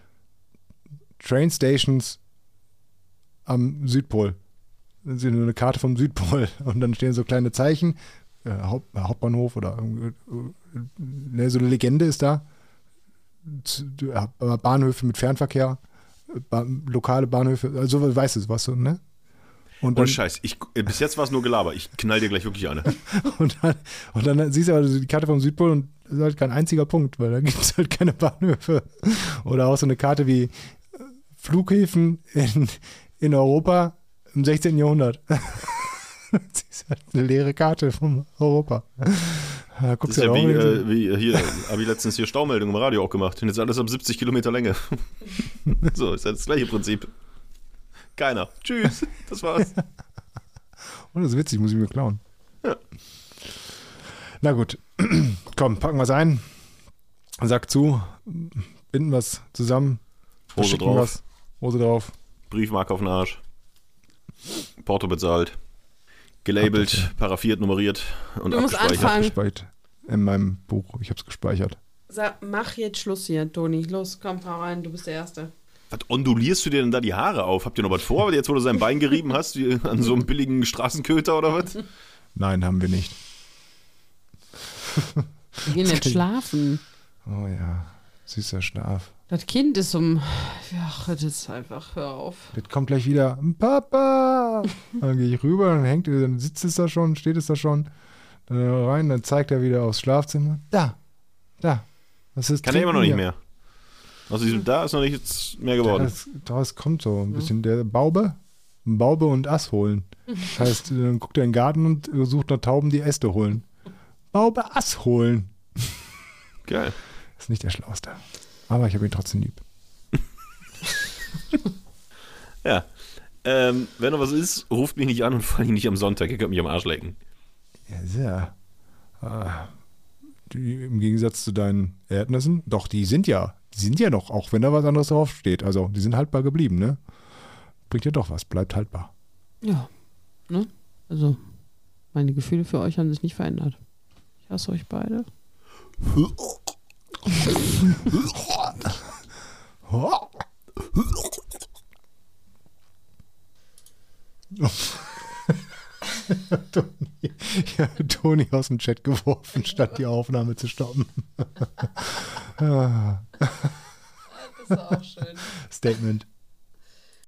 Speaker 2: Train Stations am Südpol. Das ist nur eine Karte vom Südpol und dann stehen so kleine Zeichen. Äh, Haupt, Hauptbahnhof oder irgendwie, äh, ne, so eine Legende ist da. Z- äh, Bahnhöfe mit Fernverkehr. Ba lokale Bahnhöfe, also weißt du, was so, ne?
Speaker 1: Und dann, oh Scheiß, ich, bis jetzt war es nur Gelaber. Ich knall dir gleich wirklich eine.
Speaker 2: und, dann, und dann siehst du aber die Karte vom Südpol und das ist halt kein einziger Punkt, weil da gibt es halt keine Bahnhöfe. Oder auch so eine Karte wie äh, Flughäfen in, in Europa im 16. Jahrhundert. das ist halt eine leere Karte von Europa.
Speaker 1: Da das ist ja
Speaker 2: Genau.
Speaker 1: wie, äh, wie hier, habe ich letztens hier Staumeldung im Radio auch gemacht. Und jetzt alles ab 70 Kilometer Länge. so, ist ja das gleiche Prinzip. Keiner. Tschüss. Das war's.
Speaker 2: Und Oh, das ist witzig, muss ich mir klauen.
Speaker 1: Ja.
Speaker 2: Na gut. Komm, packen wir es ein. Sack zu. Binden wir es zusammen.
Speaker 1: Hose drauf. Was.
Speaker 2: Hose drauf.
Speaker 1: Briefmarke auf den Arsch. Porto bezahlt. Gelabelt, paraffiert, nummeriert und
Speaker 3: Du musst
Speaker 1: abgespeichert.
Speaker 3: anfangen.
Speaker 2: Gespeichert. In meinem Buch. Ich habe es gespeichert.
Speaker 3: Sag, mach jetzt Schluss hier, Toni. Los, komm, hau rein, du bist der Erste.
Speaker 1: Was ondulierst du dir denn da die Haare auf? Habt ihr noch was vor? Jetzt, wo du sein Bein gerieben hast, wie an so einem billigen Straßenköter oder was?
Speaker 2: Nein, haben wir nicht.
Speaker 3: Wir gehen jetzt schlafen.
Speaker 2: Oh ja, süßer Schlaf.
Speaker 3: Das Kind ist um. Ach, das ist einfach, hör auf.
Speaker 2: Das kommt gleich wieder. Papa! Dann gehe ich rüber, dann hängt, dann sitzt es da schon, steht es da schon. Dann rein, dann zeigt er wieder aufs Schlafzimmer. Da, da. Das ist
Speaker 1: Kann er immer noch
Speaker 2: Trinken
Speaker 1: nicht mehr. Aus diesem da ist noch nichts mehr
Speaker 2: hier.
Speaker 1: geworden.
Speaker 2: Das, daraus kommt so ein bisschen der Baube. Baube und Ass holen. Das heißt, dann guckt er in den Garten und sucht nach Tauben, die Äste holen. Baube Ass holen.
Speaker 1: Geil.
Speaker 2: Ist nicht der Schlauste. Aber ich habe ihn trotzdem lieb.
Speaker 1: Ja. Ähm, wenn noch was ist, ruft mich nicht an und vor allem nicht am Sonntag. Ihr könnt mich am Arsch lecken.
Speaker 2: Ja, sehr. Ah, die, Im Gegensatz zu deinen Erdnüssen, doch, die sind ja, die sind ja noch, auch wenn da was anderes draufsteht. Also, die sind haltbar geblieben, ne? Bringt ja doch was, bleibt haltbar.
Speaker 3: Ja. Ne? Also, meine Gefühle für euch haben sich nicht verändert. Ich hasse euch beide.
Speaker 2: Toni, ich habe Toni aus dem Chat geworfen, statt die Aufnahme zu stoppen.
Speaker 3: Das ist auch schön.
Speaker 2: Statement.